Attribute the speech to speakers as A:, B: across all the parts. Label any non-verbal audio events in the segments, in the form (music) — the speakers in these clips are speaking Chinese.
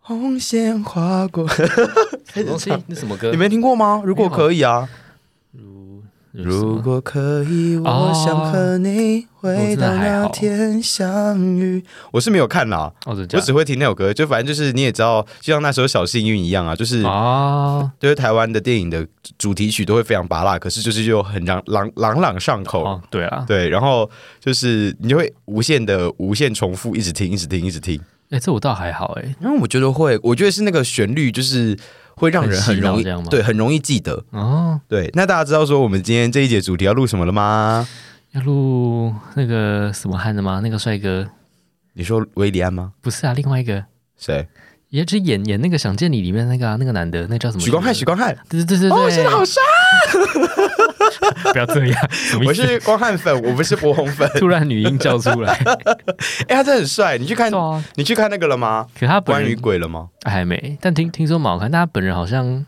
A: 红线划过，
B: 什么东西？那什么歌？
A: (laughs) 你没听过吗？ (laughs) 如果可以啊，
B: 如
A: 如果可以，
B: 哦
A: 我想和你回到那天相遇。我是没有看啦，
B: 哦，真的
A: 我只会听那首歌，就反正就是你也知道，就像那时候小幸运一样啊，就是
B: 啊，
A: 就是台湾的电影的主题曲都会非常拔辣，可是就是又很朗朗朗朗上口。
B: 哦，对啊，
A: 对，然后就是你就会无限的、无限重复，一直听、一直听、一直听。
B: 哎，这我倒还好哎，
A: 因为我觉得会，我觉得是那个旋律，就是会让人很容
B: 很洗脑
A: 易
B: 这样吗
A: 对，很容易记得。
B: 哦，
A: 对，那大家知道说我们今天这一节主题要录什么了吗？
B: 要录那个什么汉的吗？那个帅哥
A: 你说维里安吗？
B: 不是啊，另外一个
A: 谁？
B: 也只演演那个《想见你》里面那个啊那个男的，那叫什么？
A: 许光汉，许光汉。
B: 对对对对对，
A: 哦，现在好帅！
B: 不要这样，什么
A: (laughs)
B: 意
A: 我
B: 思
A: 是光汉粉，我不是博红粉。
B: 突然女音叫出
A: (laughs)
B: 来，
A: 哎、他真的很帅，你去看
B: 对，啊，
A: 你去看那个了吗？
B: 可他本
A: 关于
B: 人
A: 鬼了吗？
B: 还没，但听听说蛮好看，但他本人好像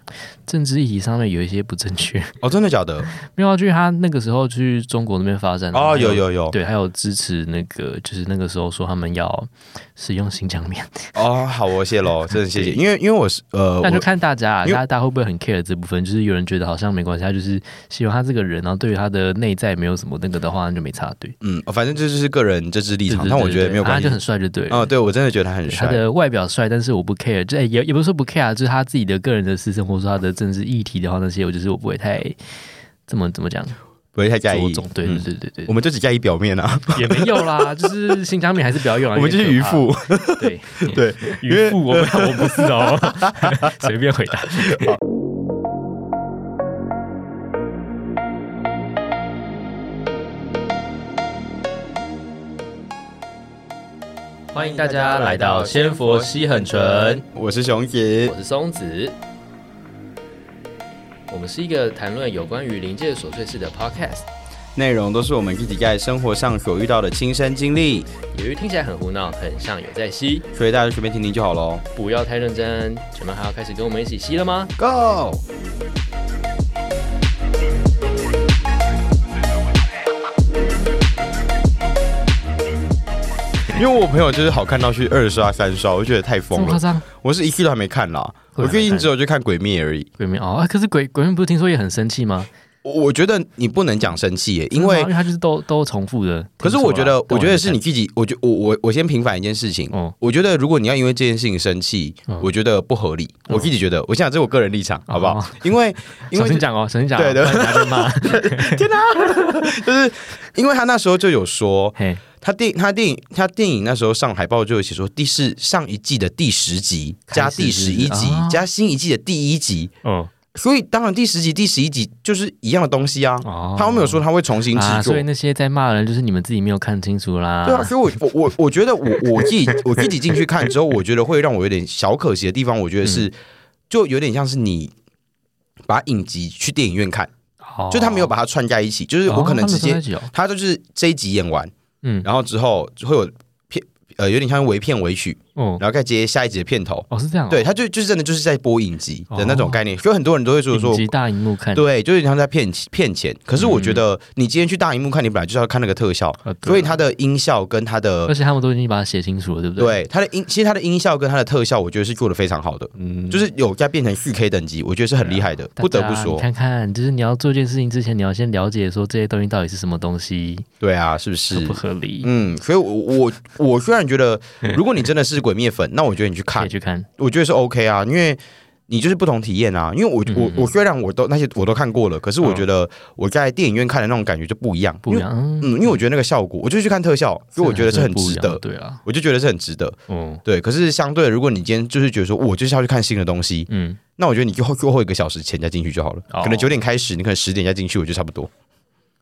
B: 政治议题上面有一些不正确， (laughs)
A: 哦，真的假的？
B: 没有啊，就是他那个时候去中国那边发展
A: 哦，有
B: 有。
A: 有有，
B: 嗯对，还有支持那个，就是那个时候说他们要使用新疆棉，
A: 哦，好，我谢喽，真的谢谢，因为因为我是呃，
B: 那就
A: 我
B: 看大家啊，
A: 因为
B: 大家大家会不会很 care 这部分？就是有人觉得好像没关系，他就是希望他这个人，然后对于他的内在没有什么那个的话，那就没差对。
A: 嗯，反正这就是个人政治立场，
B: 对对
A: 但我
B: 对
A: 觉得
B: 对
A: 没有
B: 啊
A: 关
B: 他
A: 系
B: 就。很帅就对了。
A: 嗯，对我真的觉得他很
B: 他
A: 帅。
B: 的外表帅，但是我不 care，这、哎也也不是说不 care，啊就是他自己的个人的私生活，说他的政治议题的话，那些我就是我不会太这么怎么讲
A: 不会太在
B: 着
A: 意
B: 重。，对对
A: 嗯
B: 对对对，
A: 我们就只在意表面啊，
B: 也没有啦，就是新疆棉还是不要用
A: (laughs)
B: 啊，
A: 我们就是
B: 有点
A: 渔
B: 可怕
A: 夫。
B: 对，
A: 对，因
B: 渔
A: 为
B: 夫，我不我不知道， (laughs) 随便回答。欢迎大家来到仙佛西很纯，
A: 我是熊姐
B: 我，是松子。我们是一个谈论有关于临界琐碎事的 podcast，
A: 内容都是我们自己在生活上所遇到的亲身经历，
B: 由于听起来很胡闹，很像有在吸，
A: 所以大家随便听听就好喽。
B: 不要太认真。你们还要开始跟我们一起吸了吗？
A: Go！因为我朋友就是好看到去二刷三刷，我就觉得太疯了。
B: 张？
A: 我是一季都还没看啦，
B: 会
A: 我
B: 啊
A: 最近只有去看《鬼灭》而已。
B: 鬼面哦、啊，可是鬼鬼面不是听说也很生气吗？
A: 我我觉得你不能讲生气耶，因
B: 因
A: 为
B: 为他就是都都重复的。
A: 可是我觉得，
B: 听说啦啊
A: 我觉得是你自己。我觉我我我先平反一件事情，
B: 哦
A: 我觉得如果你要因为这件事情生气
B: 嗯，
A: 我觉得不合理。
B: 嗯
A: 我自己觉得，我想这是我个人立场，好不好
B: 哦？
A: 因
B: (laughs)
A: 为因
B: 小
A: 为
B: 心讲哦，小心讲哦，
A: 对对
B: 不然大家被
A: (laughs)
B: 骂。
A: 就是因为他那时候就有说，
B: 嘿，
A: 他电他电影他电影那时候上海报就有写说，第四上一季的第十集加
B: 开始
A: 第十一集
B: 是啊不是
A: 加新一季的第一集，
B: 哦
A: 所以当然第十集第十一集就是一样的东西啊。
B: 哦
A: 他又没有说他会重新制
B: 啊，
A: 作
B: 所以。那些在骂的人就是你们自己没有看清楚啦。
A: 对啊，所以我我我我觉得我我自己我自己进去看之后，我觉得会让我有点小可惜的地方，我觉得
B: 嗯
A: 是、就有点像是你把影集去电影院看，
B: 哦
A: 就他没有把它串在一起，就是我可能
B: 哦
A: 直
B: 他们
A: 接、
B: 在一起哦
A: 他就是这一集演完，
B: 嗯
A: 然后之后会有片呃有点像微片尾曲，
B: 哦
A: 然后再接下一集的片头，
B: 哦是这样哦，
A: 对，他就就是真的就是在播影集的那种概念，所以很多人都会说说
B: 顶。级大荧幕看
A: 对，就有点像在骗骗钱。可是我觉得，你今天去大荧幕看，你本来就是要看那个特效，
B: 啊嗯对
A: 所以它的音效跟它的
B: 而且他们都已经把它写清楚了，对不对？对，
A: 对它的音，其实它的音效跟它的特效，我觉得是做的非常好的，
B: 嗯
A: 就是有在变成四 K 等级，我觉得是很厉害的，不得不说
B: 你，看看，就是你要做一件事情之前，你要先了解说这些东西到底是什么东西，
A: 对啊，是不
B: 合
A: 是
B: 不？合理，
A: 嗯，所以我，我我虽然觉得，如果你真的是鬼灭粉，那我觉得你去
B: 可
A: 看
B: 以，去看。
A: 我觉得是 OK 啊，因为你就是不同体验啊。因为我
B: 嗯
A: 我我虽然我都那些我都看过了，可是我觉得我在电影院看的那种感觉就不一样，
B: 不一样，
A: 因
B: 嗯
A: 为。嗯，因为我觉得那个效果，我就去看特效，所以我觉得是很值
B: 不一样
A: 得，
B: 对啊，
A: 我就觉得是很值得。
B: 嗯
A: 对，可是相对的，如果你今天就是觉得说我就是要去看新的东西，
B: 嗯，
A: 那我觉得你最后最后一个小时前再进去就好了，
B: 哦
A: 可能九点开始，你可能十点再进去，我觉得差不多。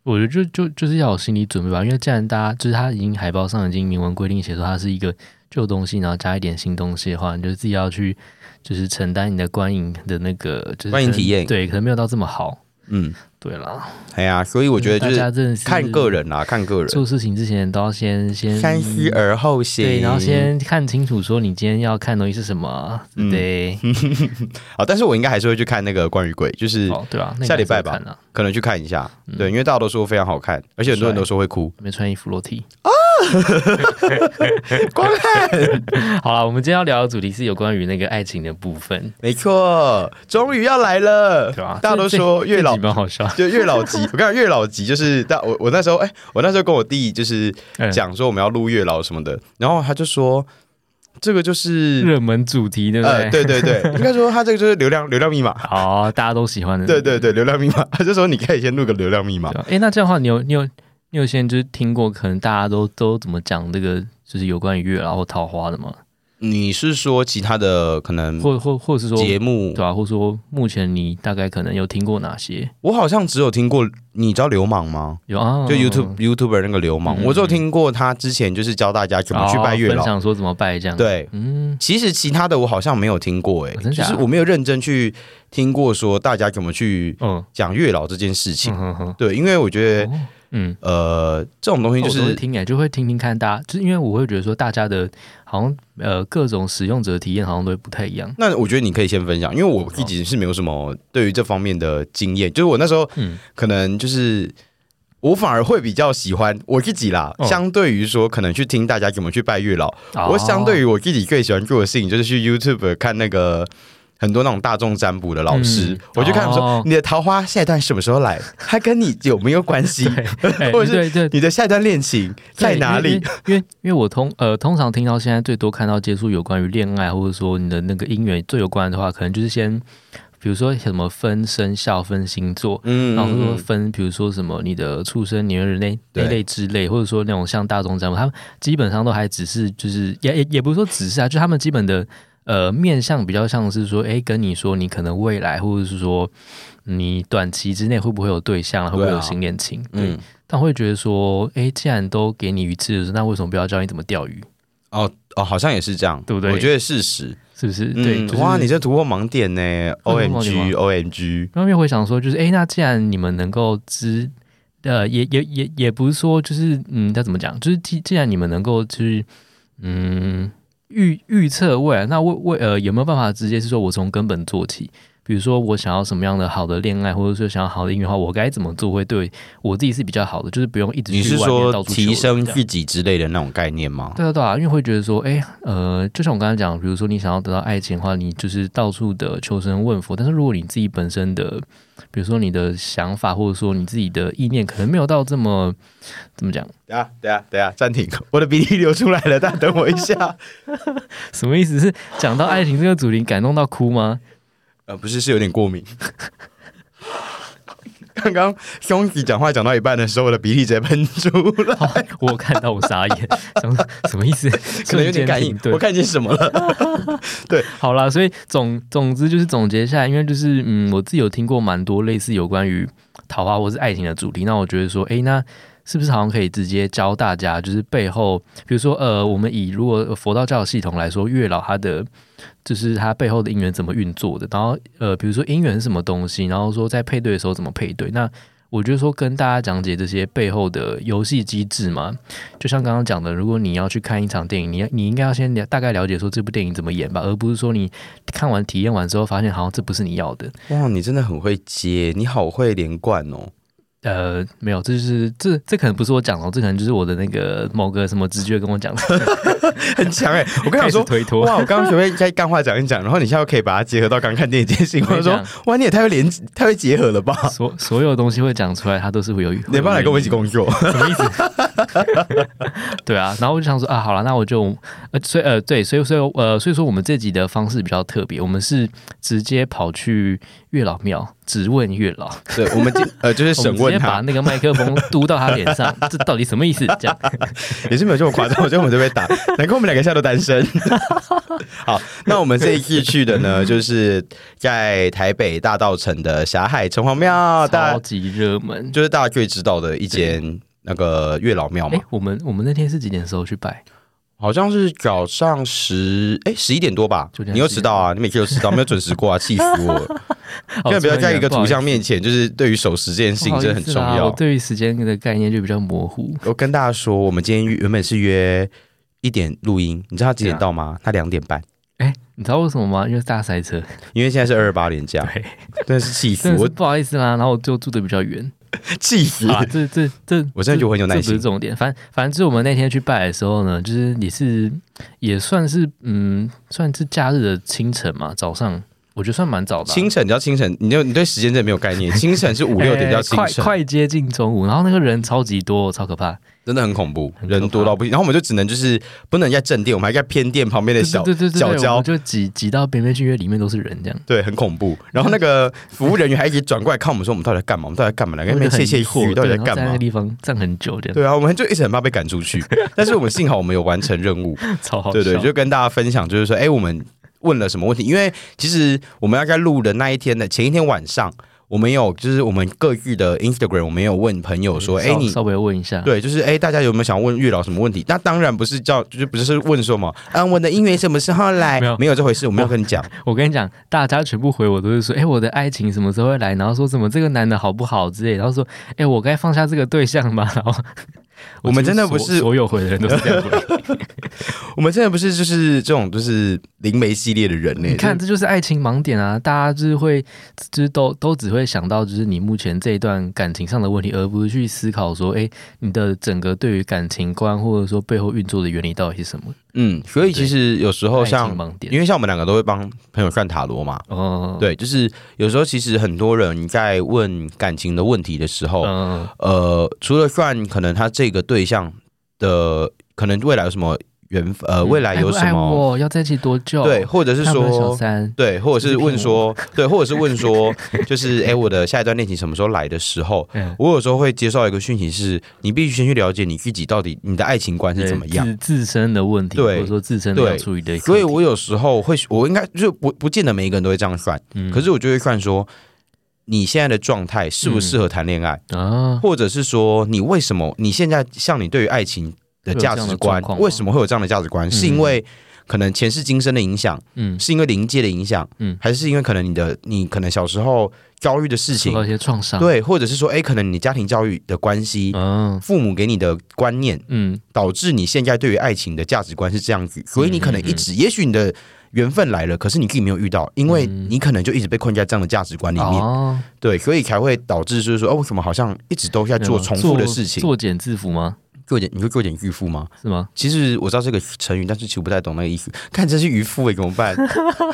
B: 我觉得就就就是要有心理准备吧，因为既然大家就是他已经海报上已经明文规定写说它是一个旧东西，然后加一点新东西的话，你就自己要去就是承担你的观影的那个就是
A: 观影体验
B: 可能对，可能没有到这么好，
A: 嗯，
B: 对啦。
A: 哎呀、所以我觉得就
B: 嗯大家
A: 是
B: 真的是
A: 看个，人啦、看个人，
B: 做事情之前都要先先
A: 三思而后行。
B: 对，然后先看清楚说你今天要看的东西是什么，
A: 嗯
B: 对不对，
A: 啊好，但是我应该还是会去看那个关于鬼，就是、
B: 哦对啊，那个嗯
A: 下礼拜吧
B: 还是要看啊
A: 可能去看一下，对，因为大家都说非常好看，而且很多人都说会哭。
B: 没穿衣服裸体。
A: 光
B: 啊好了，我们今天要聊的主题是有关于那个爱情的部分，
A: (laughs) 没错，终于要来了，
B: 对啊吧？
A: 大家都
B: 这
A: 说
B: 这
A: 月
B: 这 (laughs)
A: 老
B: 集蛮好
A: (laughs)
B: 笑，
A: 就月老集，我跟你讲月老集就是大我我那时候哎、我那时候跟我弟就是
B: 嗯
A: 讲说我们要录月老什么的，然后他就说这个就是
B: 热门主题，对不
A: 呃
B: 对？
A: 对对
B: (laughs)
A: 对，应该说他这个就是流量流量密码，
B: 哦，大家都喜欢的。
A: 对对对流量密码， (laughs) 他就说你可以先录个流量密码，
B: 对啊。哎，那这样的话，你有你有你有先就是听过，可能大家都都怎么讲这个，就是有关于月老或桃花的吗？
A: 你是说其他的可能
B: 或或或是说，
A: 节
B: 对
A: 目？
B: 吧、或者说，目前你大概可能有听过哪些？
A: 我好像只有听过，你知道流氓吗？
B: 有啊，
A: 就 YouTube、YouTuber 那个流氓，
B: 嗯
A: 我只有听过他之前就是教大家怎么去拜月
B: 哦
A: 老
B: 分，享说怎么拜这样。，
A: 对，
B: 嗯，
A: 其实其他的我好像没有听过、欸，
B: 哦真
A: 就
B: 假
A: 是我没有认真去听过说大家怎么去
B: 嗯，
A: 讲月老这件事情。
B: 嗯哼哼，
A: 对，因为我觉得、
B: 哦嗯。
A: 呃，这种东西就
B: 哦我都会
A: 是
B: 听哎、就会听听看大家，就是因为我会觉得说大家的好像呃各种使用者的体验好像都会不太一样。
A: 那我觉得你可以先分享，因为我一直是没有什么对于这方面的经验，就是我那时候
B: 嗯
A: 可能就是。我反而会比较喜欢我自己啦，
B: 哦
A: 相对于说可能去听大家怎么去拜月老，我相对
B: 于
A: 于我自己最喜欢做的事情，就是去 YouTube 看那个很多那种大众占卜的老师，
B: 嗯
A: 我就看他们说、
B: 哦
A: 你的桃花下一段什么时候来，它跟你有没有关 (laughs) 系？或者是
B: (laughs) 哎对对
A: 你的下一段恋情在哪里？？
B: 对因为因为因为因为我通呃通常听到现在最多看到接触有关于恋爱或者说你的那个姻缘最有关的话，可能就是先比如说什么分生肖、分星座，
A: 嗯
B: 然后说
A: 嗯
B: 分，比如说什么你的出生年月日那
A: 对
B: 那类之类，或者说那种像大众占卜，他们基本上都还只是就是也也也不是说只是啊，就他们基本的呃面向比较像是说，哎，跟你说你可能未来或者是说你短期之内会不会有对象啊，会不会
A: 对
B: 有
A: 啊
B: 新恋情？对，
A: 嗯，
B: 但会觉得说，哎，既然都给你鱼刺了，那为什么不要教你怎么钓鱼？
A: 哦哦，好像也是这样，
B: 对不对
A: 我觉得事实，
B: 是不是？
A: 嗯
B: 对，就是
A: 哇，你这突破盲点呢
B: 突
A: ？O
B: 破
A: M
B: 盲点
A: G
B: 吗
A: O M G，
B: 然后又回想说，就是哎，诶那既然你们能够知，呃，也也也也不是说就是嗯，该怎么讲？就是既既然你们能够就是嗯预预测未来，那为为呃有没有办法直接是说我从根本做起？比如说我想要什么样的好的恋爱，或者说想要好的音乐的话，我该怎么做会对我自己是比较好的？就是不用一直去
A: 你是
B: 外面
A: 说
B: 到处
A: 提
B: 求
A: 升
B: 人这样
A: 自己之类的那种概念吗？
B: 对啊，对啊，因为会觉得说，哎，呃，就像我刚才讲，比如说你想要得到爱情的话，你就是到处的求神问佛。但是如果你自己本身的，比如说你的想法，或者说你自己的意念，可能没有到这么怎么讲？
A: 等下等下等下，暂停，我的鼻涕流出来了，大家等我一 (laughs) 下。
B: 什么意思？是讲到爱情这个主题，感动到哭吗？
A: 呃，不是，是有点过敏。 (laughs) 刚刚兄弟讲话讲到一半的时候，我的鼻涕直接喷出了，
B: 好，我看到我傻眼， (laughs) 想说什么意思？
A: 可能有点
B: 瞬间
A: 感
B: 停
A: 应。
B: 顿
A: 我看见什么了？
B: (laughs) 好啦，所以总总之就是总结下来，因为就是嗯，我自己有听过蛮多类似有关于桃花或是爱情的主题，那我觉得说，诶，那是不是好像可以直接教大家，就是背后，比如说呃，我们以如果佛道教的系统来说，月老他的就是他背后的姻缘怎么运作的，然后呃，比如说姻缘是什么东西，然后说在配对的时候怎么配对，那。我觉得说跟大家讲解这些背后的游戏机制嘛，就像刚刚讲的，如果你要去看一场电影，你要你应该要先了大概了解说这部电影怎么演吧，而不是说你看完体验完之后发现好像这不是你要的。
A: 哇，你真的很会接，你好会连贯哦。
B: 呃，没有，这就是这这可能不是我讲的哦，这可能就是我的那个某个什么直觉跟我讲的。
A: (laughs) 很强哎、我刚
B: 开
A: 想
B: 始
A: 说。
B: 推脱，
A: (laughs) 哇！我刚刚学会在干话讲一讲，然后你现在可以把它结合到刚刚看电影这件事情。我就
B: 我
A: 说
B: 跟你，
A: 哇，你也太会连，太会结合了吧！
B: 所所有东西会讲出来，它都是会有。
A: 你要不要来跟我一起
B: 共？
A: 工作？ (laughs)
B: 什么意思？对啊，然后我就想说啊，好了，那我就呃，所以呃，对，所以所以呃，所以说我们这集的方式比较特别，我们是直接跑去月老庙直问月老。
A: 对，我们今呃就是
B: 我们
A: 审
B: 直接
A: 问
B: 把
A: 他，
B: 那个麦克风
A: (laughs)
B: 嘟到他脸上，这到底什么意思？这样，
A: 也是没有这么夸张，我觉得我们就被打，难怪我们两个现在都单身。 (laughs) 好，那我们这一次去的呢，就是在台北大道城的霞海城隍庙，哦大
B: 超
A: 家
B: 级热门。
A: 就是大家最知道的一间那个月老庙
B: 哎、
A: 嘛，
B: 我们我们那天是几点的时候
A: (laughs)
B: 去拜？
A: 好像是早上十哎十一点多吧
B: 九，点
A: 你又迟到啊，你每次都迟到，没有准时过啊，气死我了！
B: 哦
A: 现在不要在一个
B: 突
A: 图
B: 然有点
A: 像面前，就是对于守时这件事
B: 不
A: 情
B: 好意
A: 真
B: 思
A: 的很重
B: 不好意思啦啊
A: 要
B: 我。对于时间的概念就比较模糊。
A: 我跟大家说，我们今天原本是约一点录音，你知道他几点
B: 对啊
A: 到吗？他两点半。
B: 哎、你知道为什么吗？因为大塞车，
A: 因为现在是二二八连假，
B: 对，
A: 真的是气死
B: 真的
A: 我
B: 是，不好意思啦。然后我就住的比较远，
A: 气死！
B: 啊，这这这，
A: 我真的觉得我很有耐心
B: 这不是重点，反反正就是我们那天去拜的时候呢，就是你是也算是嗯，算是假日的清晨嘛，早上我觉得算蛮早的啊、
A: 清晨，你知道清晨，你就你对时间真的没有概念。清晨是五六点
B: 哎
A: 叫清
B: 快
A: 晨，
B: 快接近中午，然后那个人超级多，超可怕。
A: 真的很恐怖，
B: 很可怕
A: 人多到不行。然后我们就只能就是不能在正店，我们还在偏店旁边的
B: 对
A: 小
B: 对对对
A: 小
B: 对，我
A: 郊
B: 们，就挤挤到边边去，因为里面都是人这样。
A: 对，很恐怖。然后那个服务人员还一直转过来看我们，说我们到底在干嘛？我们到底在干嘛？两个人
B: 我
A: 在那
B: 们就
A: 边
B: 很
A: 窃窃
B: 疑
A: 私
B: 惑
A: 语，到底在
B: 对然后
A: 干
B: 在那
A: 嘛
B: 个？地方站很久这样，
A: 对啊，我们就一直很怕被赶出去，但是我们幸好我们有完成任务，
B: 超好笑。
A: 对对，就跟大家分享，就是说，哎，我们问了什么问题？因为其实我们要在录的那一天的前一天晚上，我们有就是我们各自的 Instagram，我们有问朋友说，哎，
B: 稍
A: 你
B: 稍微问一下，
A: 对，就是哎，大家有没有想问月老什么问题？那当然不是叫，就是不是问说嘛，嗯，我的姻缘什么时候来？
B: 没有哦
A: 没有这回事，我没有跟你
B: (laughs)
A: 讲。
B: 我跟你讲，大家全部回我都是说，哎、我的爱情什么时候会来？然后说什么这个男的好不好之类，然后说，哎、我该放下这个对象吗？然后 (laughs)
A: 我们
B: 几
A: 真
B: 乎
A: 的不
B: 所
A: 是
B: 所有回的人都是这样回。
A: 我们真的不是就是这种就是灵媒系列的人呢、
B: 你看，
A: 就
B: 这就是爱情盲点啊！大家就是会，就是都都只会想到就是你目前这一段感情上的问题，而不是去思考说，哎、你的整个对于感情观或者说背后运作的原理到底是什么？
A: 嗯，所以其实有时候
B: 爱情
A: 像，
B: 盲点。
A: 因为像我们两个都会帮朋友算塔罗嘛，
B: 哦，
A: 对，就是有时候其实很多人在问感情的问题的时候，
B: 嗯，
A: 呃，除了算可能他这个对象的可能未来有什么缘分，呃，
B: 嗯
A: 未来有什
B: 爱不爱
A: 么、
B: 我要在一起多久？
A: 对，，或者是说
B: 小三，
A: 对，或者是
B: 就是
A: 问
B: 骗
A: 说，对，或者是问说，就是哎、诶我的下一段恋情什么时候来的时候，
B: 嗯，
A: 我有时候会接受到一个讯息是，你必须先去了解你自己到底你的爱情观是怎么样。
B: 自自身的问题，或
A: 对
B: 者说自身的
A: 对
B: 要处理的课题，
A: 所以我有时候会，我应该就不不见得每一个人都会这样算，
B: 嗯
A: 可是我就会算说，你现在的状态适不适合谈恋爱，
B: 啊，
A: 或者是说你为什么你现在像你对于爱情的
B: 会有
A: 价
B: 这样
A: 值
B: 的
A: 观
B: 状，况吗
A: 为什么会有这样的价值观？是因
B: 嗯
A: 为可能前世今生的影响，
B: 嗯，
A: 是因为灵界的影响，嗯
B: 嗯，
A: 还是因为可能你的你可能小时候遭遇的事
B: 受
A: 情，
B: 到一些创伤，，
A: 对，或者是说，哎，可能你家庭教育的关系，
B: 嗯
A: 父母给你的观念，
B: 嗯，
A: 导致你现在对于爱情的价值观是这样子，所以你可能一
B: 嗯
A: 直，也许你的缘分来了，可是你自己没有遇到，因为
B: 嗯
A: 你可能就一直被困在这样的价值观里面，
B: 哦，
A: 对，所以才会导致就是说，哦，为什么好像一直都在做重复
B: 啊
A: 的事情？
B: 作茧自缚吗？
A: 作茧，你会作茧自缚吗？
B: 是吗？
A: 其实我知道这个成语，但是其实不太懂那个意思。看，真是渔夫哎，怎么办？
B: (laughs)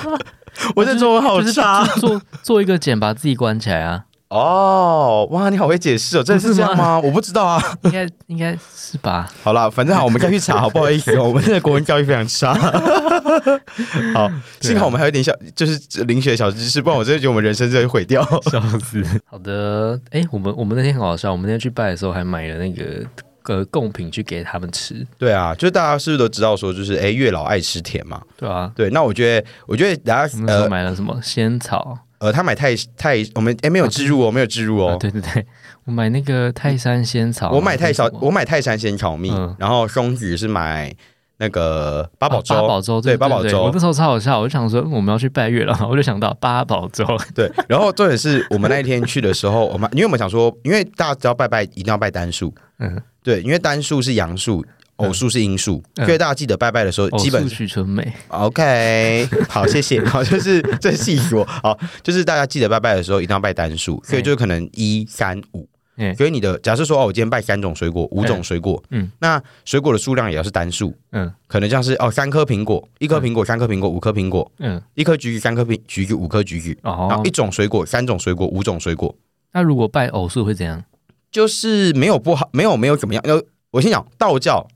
A: 我这中文好
B: 就是
A: 差
B: 做做做一个茧，把自己关起来啊， (laughs)
A: 哦！哇，你好会解释哦，真的是这样吗？我不知道啊。 (laughs)
B: 应该应该是吧？
A: 好啦，反正好，我们再去查，好不好意思哦，我们这个国文教育非常差。 (laughs) 好，
B: 啊
A: 幸好我们还有一点小，就是零学小知识，不然我真的觉得我们人生真的毁掉。
B: (laughs) 笑死！好的，哎，我们我们那天很好笑，我们那天去拜的时候还买了那个呃贡品去给他们吃，
A: 对啊，就是大家是不是都知道说，就是哎，月老爱吃甜嘛？
B: 对啊。
A: 对，那我觉得，我觉得大家
B: 我们那时候
A: 呃
B: 买了什么仙草？
A: 呃，他买太太，我们哎没有置入哦，没有置入
B: 啊
A: 哦，
B: 对啊对对，我买那个泰山仙草，
A: 我买泰
B: 少
A: 小，，我买泰山鲜炒蜜，
B: 嗯
A: 然后松子是买那个八宝粥，
B: 啊八宝粥
A: 对八宝
B: 我
A: 粥
B: 那，时候超好笑，我就想说嗯我们要去拜月老， (laughs) 我就想到八宝粥， (laughs)
A: 对。然后重点是我们那一天去的时候，我们因为我们想说，因为大家只要拜拜一定要拜单数，
B: 嗯，
A: 对，因为单数是阳数。偶数是阴数，
B: 嗯
A: 所以大家记得拜拜的时候，基本
B: 偶数许纯美，
A: OK，好，谢谢。好，就是这细说，好，就是大家记得拜拜的时候一定要拜单数，所以就是可能一三五
B: 嗯。
A: 所以你的假设说哦，我今天拜三种水果，五种水果，嗯
B: 嗯，
A: 那水果的数量也要是单数，
B: 嗯
A: 可能像是哦，三颗苹果，一颗苹果，三颗苹果，五颗苹果，
B: 嗯，
A: 一颗橘子，三颗苹橘子，五颗橘子，然
B: 哦
A: 后一，种水果，三种水果，五种水果，
B: 那如果拜偶数会怎样？
A: 就是没有不好，没有没有怎么样。呃，我先讲道教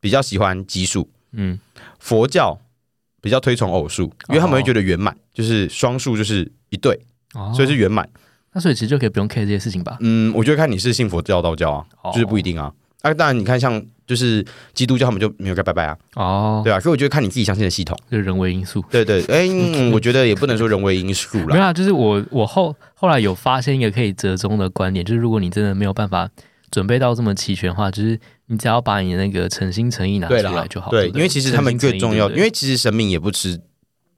A: 比较喜欢奇数，
B: 嗯，
A: 佛教比较推崇偶数，因为他们会觉得圆满，就是双数就是一对，
B: 哦，
A: 所以是圆满。
B: 那所以其实就可以不用 care 这些事情吧，
A: 嗯，我觉得看你是信佛教、道教啊，
B: 哦
A: 就是不一定啊。啊，当然你看像就是基督教，他们就没有该拜拜啊，
B: 哦，
A: 对啊，所以我觉得看你自己相信的系统。
B: 就是人为因素。
A: 对对，哎、嗯我觉得也不能说人为因素啦
B: 没。有啊，就是我我后后来有发现一个可以折中的观点，就是如果你真的没有办法准备到这么齐全的话，就是你只要把你的那个诚心诚意拿出
A: 对啦
B: 来就好了。
A: 对，因为其实他们最重要，因
B: 为
A: 为其实神明也不吃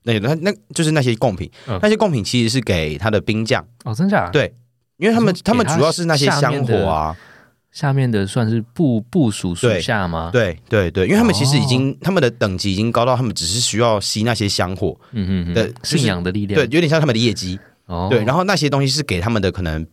A: 那那那就是那些贡品，
B: 嗯
A: 那些贡品其实是给他的兵将，
B: 哦，真假？
A: 对因为他们
B: 你说
A: 他们
B: 给他
A: 主要是那些
B: 下
A: 香
B: 面的
A: 火啊，
B: 下面的算是部部署属下吗？，
A: 对对对，因为他们其实已
B: 啊哦
A: 经、他们的等级已经高到他们只是需要吸那些香火，
B: 嗯嗯嗯，
A: 对就是
B: 信仰的力量，
A: 对，，有点像他们的业绩。
B: 哦，
A: 对，然后那些东西是给他们的可能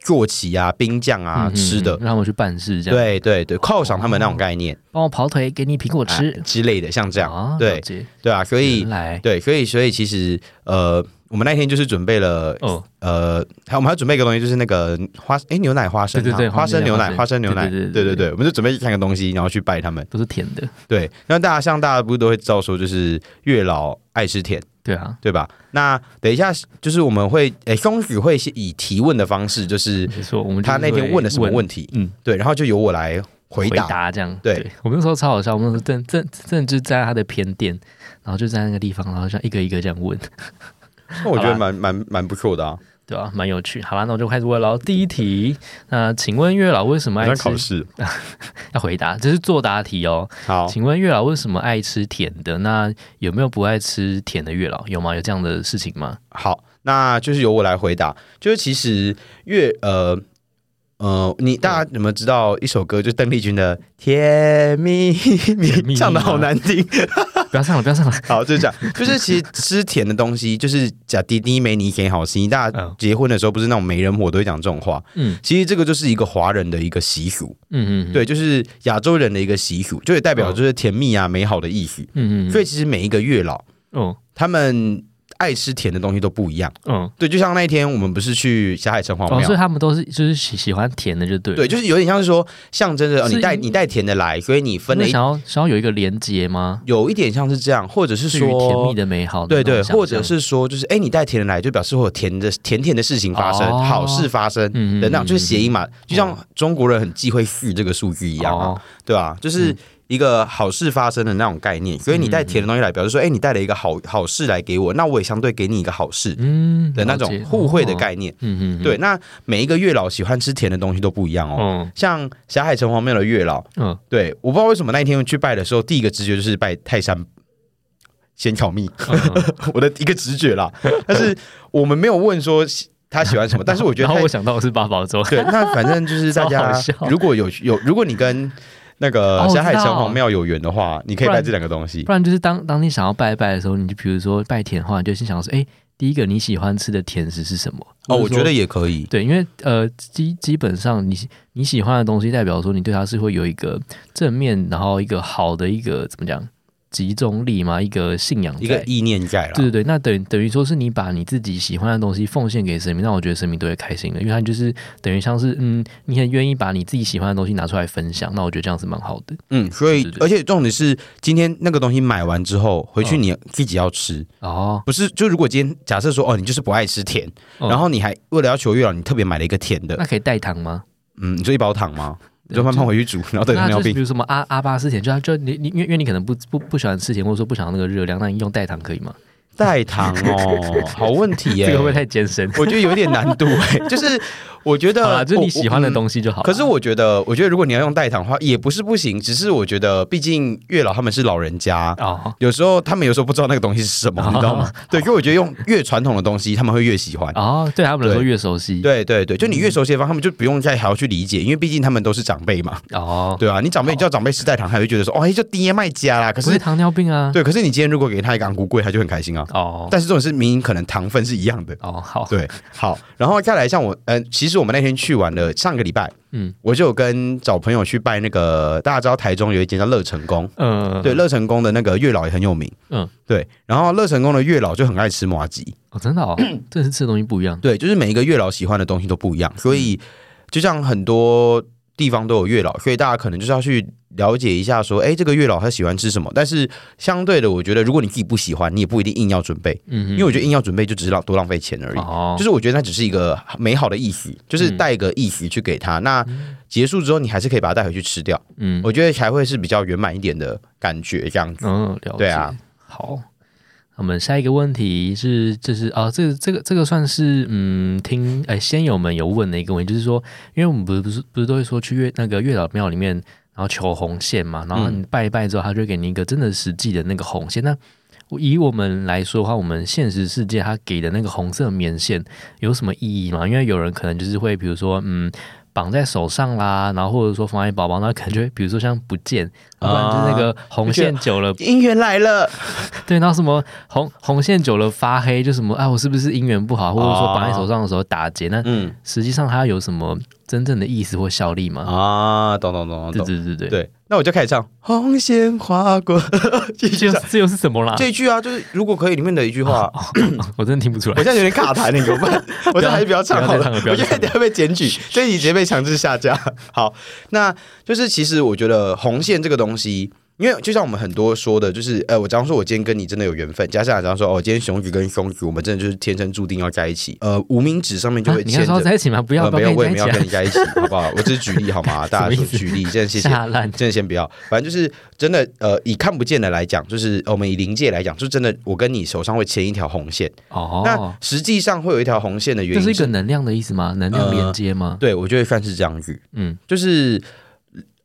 A: 坐骑啊、兵将啊、
B: 嗯嗯嗯
A: 吃的。
B: 让他们去办事，这样，，
A: 对对对，犒赏他们那种概念，
B: 帮我跑腿，给你苹果吃，
A: 啊之类的，像这样，
B: 啊，
A: 对
B: 了解
A: 对啊，所以
B: 原来，
A: 对，所以所以其实呃，我们那天就是准备了
B: 哦，
A: 呃，还我们还准备一个东西，就是那个花哎牛奶花生
B: 对
A: 汤，
B: 对对
A: 花生牛奶花
B: 花
A: 生
B: 生
A: 牛奶，
B: 对对对
A: 对
B: 对
A: 对
B: 对
A: 对，我们就准备三个东西，然后去拜他们。
B: 都是甜的，
A: 对，那大家像大家不是都会知道说，就是月老爱吃甜，
B: 对啊，
A: 对吧？那等一下就是我们会诶，松子会是以提问的方式，就是
B: 没错，我们
A: 他那天问了什么问
B: 题，
A: 题，
B: 嗯，
A: 对，然后就由我来回
B: 回
A: 答。
B: 这样。
A: 对
B: 我们那时候超好笑，我们那时候正正正就站在他的偏殿，然后就在那个地方，然后像一个一个这样问，
A: 那我觉
B: 好
A: 得
B: 吧
A: 蛮蛮蛮不错的啊，
B: 对啊，蛮有趣。好啦，那我就开始问喽。第一题，那请问月老为什么
A: 好
B: 爱
A: 像
B: 吃
A: 考？试。
B: 要回答，这是作答题哦。
A: 好，
B: 请问月老为什么爱吃甜的？那有没有不爱吃甜的月老？有吗？有这样的事情吗？
A: 好，那就是由我来回答。就是其实乐呃呃，你大家有没有知道一首歌，就是邓丽君的《甜蜜蜜
B: 甜蜜》，蜜
A: 唱的好
B: 吗
A: 难听。 (laughs)
B: 不要上了，不要上了。
A: 好，就是这样，就是其实吃甜的东西，就是假滴滴没你甜好心。大家
B: 嗯
A: 结婚的时候不是那种媒人婆都会讲这种话，
B: (laughs) 嗯
A: 其实这个就是一个华人的一个习俗，
B: 嗯嗯，，
A: 对，就是亚洲人的一个习俗，就也代表就是甜蜜啊、美好的意思。
B: 嗯嗯，
A: 所以其实每一个月老
B: 哦
A: 他们爱吃甜的东西都不一样。
B: 嗯
A: 对，就像那一天我们不是去霞海城隍
B: 哦，
A: 庙，
B: 所以他们都是就是喜喜欢甜的，就对了。
A: 对，就是有点像是说象征着、哦、
B: 是
A: 你带你带甜的来，所以你分了
B: 那
A: 一
B: 想要想要有一个连接吗？
A: 有一点像是这样，或者是
B: 对于
A: 说
B: 甜蜜的美好的
A: 对
B: 那种
A: 对，
B: 想象，
A: 或者是说就是哎、你带甜人来，就表示会有甜的甜甜的事情发生，
B: 哦
A: 好事发生。
B: 嗯哦
A: 等等，就是谐
B: 一
A: 音嘛，就像中国人很忌讳“四”这个数字一样啊，对吧、
B: 嗯
A: 就是一个好事发生的那种概念。所以你带甜的东西来，表示说，哎、你带了一个好好事来给我，那我也相对给你一个好事
B: 嗯
A: 的那
B: 了解
A: 种互惠的概念。
B: 嗯嗯，
A: 对，那每一个月老喜欢吃甜的东西都不一样哦。
B: 嗯，
A: 像霞海城隍庙的月老，
B: 嗯
A: 对，我不知道为什么那一天去拜的时候，第一个直觉就是拜泰山仙草蜜，
B: 嗯，
A: (laughs) 我的一个直觉啦。但是我们没有问说他喜欢
B: (laughs)
A: 什么，但是我觉得
B: 然
A: 泰
B: 后我想到的是八
A: (laughs)
B: 宝 (laughs) 粥，
A: 对，那反正就是大
B: 超好
A: 家
B: 笑
A: 如果有有，如果你跟那
B: 哦
A: 个
B: 我知
A: 霞海城
B: 道
A: 隍庙有缘的话，你可以
B: 不然
A: 带这两个东西
B: 不。然就是当当你想要拜拜的时候，你就比如说拜甜的话，你就先想说，哎，第一个你喜欢吃的甜食是什么？
A: 哦，
B: 或
A: 我
B: 者说
A: 觉得也可以。
B: 对，因为呃基基本上你你喜欢的东西，代表说你对它是会有一个正面，然后一个好的一个怎么讲集中力嘛，一个信仰在，
A: 一个意念在啦，
B: 对对对，那等等于说是你把你自己喜欢的东西奉献给神明，那我觉得神明都会开心的，因为他就是等于像是嗯，你很愿意把你自己喜欢的东西拿出来分享，那我觉得这样是蛮好的。
A: 嗯，所以
B: 对对对
A: 而且重点是，今天那个东西买完之后，回去
B: 嗯
A: 你自己要吃，
B: 哦，
A: 不是？就如果今天假设说，哦，你就是不爱吃甜，
B: 嗯
A: 然后你还为了要求月老，你特别买了一个甜的
B: 那，可以代糖吗？
A: 嗯，你说一包糖吗？你
B: 对
A: 就慢慢回去煮，然后等
B: 那
A: 糖尿
B: 就是
A: 病
B: 比。如什么阿阿巴斯甜，就就你你因为因为你可能不不不喜欢吃甜，或者说不想要那个热量，那你用代糖可以吗？
A: 代糖哦，好问题耶、
B: (laughs) 这个会不会太艰深？
A: 我觉得有点难度哎、
B: (laughs)
A: 就是呃我觉
B: 好
A: 得
B: 啦，就是你喜欢的
A: 西。
B: 东西就好啦。
A: 可是我觉得，我觉得如果你要用代糖的话，也不是不行，只是我觉得，毕竟月老他们是老人家，
B: 哦
A: 有时候他们有时候不知道那个东西是什
B: (laughs)
A: 么，
B: 哦
A: 你知道吗？对，所以我觉得用越传统的东西，他们会越喜欢。
B: 哦，对他们来说
A: 对
B: 越熟悉。
A: 对对对，就你越
B: 嗯
A: 熟悉的方，他们就不用再还要去理解，因为毕竟他们都是长辈嘛，
B: 哦，
A: 对啊，你长辈你叫长辈吃代糖，他会觉得说，哦，哎，就爹卖家啦。可
B: 不会
A: 是，
B: 糖尿病啊。
A: 对，可是你今天如果给他一个昂古贵，他就很开心啊。
B: 哦
A: 但是这种是明明可能糖分是一样的，
B: 哦好，
A: 对，好，然后再来像我，嗯、其实我们那天去玩了，上个礼拜，嗯
B: 嗯，
A: 我就有跟找朋友去拜那个，大家知道台中有一间叫乐成宫，
B: 嗯
A: 对，乐成宫的那个月老也很有名，嗯
B: 嗯，
A: 对，然后乐成宫的月老就很爱吃麻吉，
B: 哦
A: (clears throat)
B: 真的哦，这是吃的东西不一样。
A: 对，就是每一个月老喜欢的东西都不一样，所以就像很多地方都有月老，所以大家可能就是要去了解一下，说，哎，这个月老他喜欢吃什么，但是相对的，我觉得如果你自己不喜欢，你也不一定硬要准备，
B: 嗯哼，
A: 因为我觉得硬要准备就只是浪多浪费钱而已。
B: 哦，嗯
A: 就是我觉得那只是一个美好的意思，就是带一个意思去给他。那结束之后，你还是可以把它带回去吃掉，
B: 嗯
A: 我觉得才会是比较圆满一点的感觉。这样子，
B: 嗯，了解。
A: 对啊，
B: 好，我们下一个问题是，就是啊，这个这个这个算是嗯，听哎先友们有问的一个问题，就是说，因为我们不是不是不是都会说去月那个月老庙里面，然后求红线
A: 嗯
B: 嘛，然后你拜一拜之后，他就会给你一个真的实际的那个红线。那我以我们来说的话，我们现实世界他给的那个红色棉线有什么意义吗？因为有人可能就是会，比如说，嗯，绑在手上啦，然后或者说防疫宝宝，那感觉比如说像不见，要不然就是那个红线久了，
A: 姻缘来了，
B: 对，然后什么红红线久了发黑，就什么啊，我是不是姻缘不好，或者说绑在手上的时候打结，那
A: 哦嗯
B: 实际上它有什么真正的意思或效力吗？
A: 啊，懂懂懂
B: 对
A: 懂懂，
B: 对对对，
A: 对，那我就开始唱红线划过， (laughs) 继
B: 这
A: 续
B: 又
A: 唱
B: 是这又是什么啦？
A: 这一句啊，就是如果可以里面的一句话，
B: (laughs) 我真的听不出
A: 我
B: 来。啊
A: 现在有点卡痰，你给我
B: (laughs)
A: 办，我这还是不要唱好
B: 不要再唱了不
A: 我
B: 要
A: 觉
B: 再唱了
A: 得等下被检举，这一集直接被强制下架。好，那就是其实我觉得红线这个东西。因为就像我们很多说的，就是呃，我假如说我今天跟你真的有缘分，加上假如说哦，今天熊菊跟熊菊，我们真的就是天生注定要在一起。呃，无名指上面就
B: 啊
A: 会
B: 你要
A: 牵着，
B: 说在一起吗？不要，
A: 呃、
B: 不
A: 没有，
B: 要
A: 我也
B: 跟
A: 没
B: 你
A: 有
B: 在
A: 要
B: 一
A: 跟
B: 起啊
A: 你在一起，好不好？我只是举例好
B: (laughs)
A: 吗？大家
B: 什么
A: 说
B: 意思
A: 举例，真的谢
B: 啊，
A: 谢。
B: 下烂。
A: 真的先不要，反正就是真的，呃，以看不见的来讲，就是呃我们以临界来讲，就真的我跟你手上会牵一条红线，那
B: 哦，
A: 实际上会有一条红线的原
B: 这
A: 因呃
B: 是一个能量的意思吗？能量连接吗？
A: 对我觉得算是这样子，
B: 嗯，
A: 就是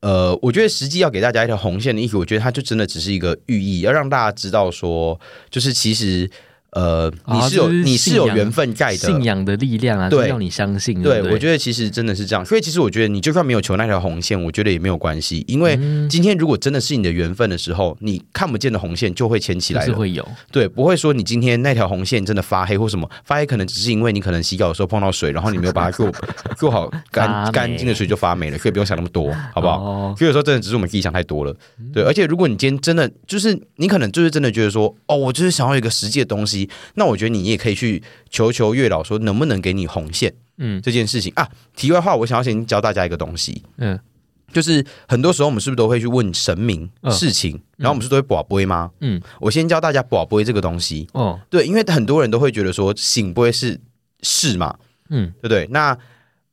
A: 呃，我觉得实际要给大家一条红线的意思，我觉得它就真的只是一个寓意，要让大家知道说，就是其实呃，你
B: 哦
A: 是有、
B: 就是
A: 你是有
B: 信仰
A: 缘分在的
B: 信。仰的力量啊，
A: 对
B: 就是要你相信。
A: 对，
B: 对不对，
A: 我觉得其实真的是这样，所以其实我觉得你就算没有求那条红线，我觉得也没有关系，因为
B: 嗯
A: 今天如果真的是你的缘分的时候，你看不见的红线就会牵起
B: 就
A: 来
B: 是
A: 了。
B: 会有。
A: 对，不会说你今天那条红线真的发黑或什么，发黑可能只是因为你可能洗澡的时候碰到水，然后你没有把它 (laughs) 做做好
B: 发
A: 干
B: 霉
A: 干净的水就发霉了，所以不用想那么多，好不好？
B: 哦
A: 所以有时候真的只是我们自己想太多了，对。而且如果你今天真的就是你可能就是真的觉得说，哦，我就是想要一个实际的东西，那我觉得你也可以去求求月老说能不能给你红线
B: 嗯
A: 这件事情啊。题外话，我想要先教大家一个东西，
B: 嗯
A: 就是很多时候我们是不是都会去问神明
B: 嗯
A: 事情，然后我们是都会卜龟吗？
B: 嗯，
A: 我先教大家卜龟这个东西，
B: 哦，
A: 对，因为很多人都会觉得说醒杯是是嘛，
B: 嗯
A: 对不对？那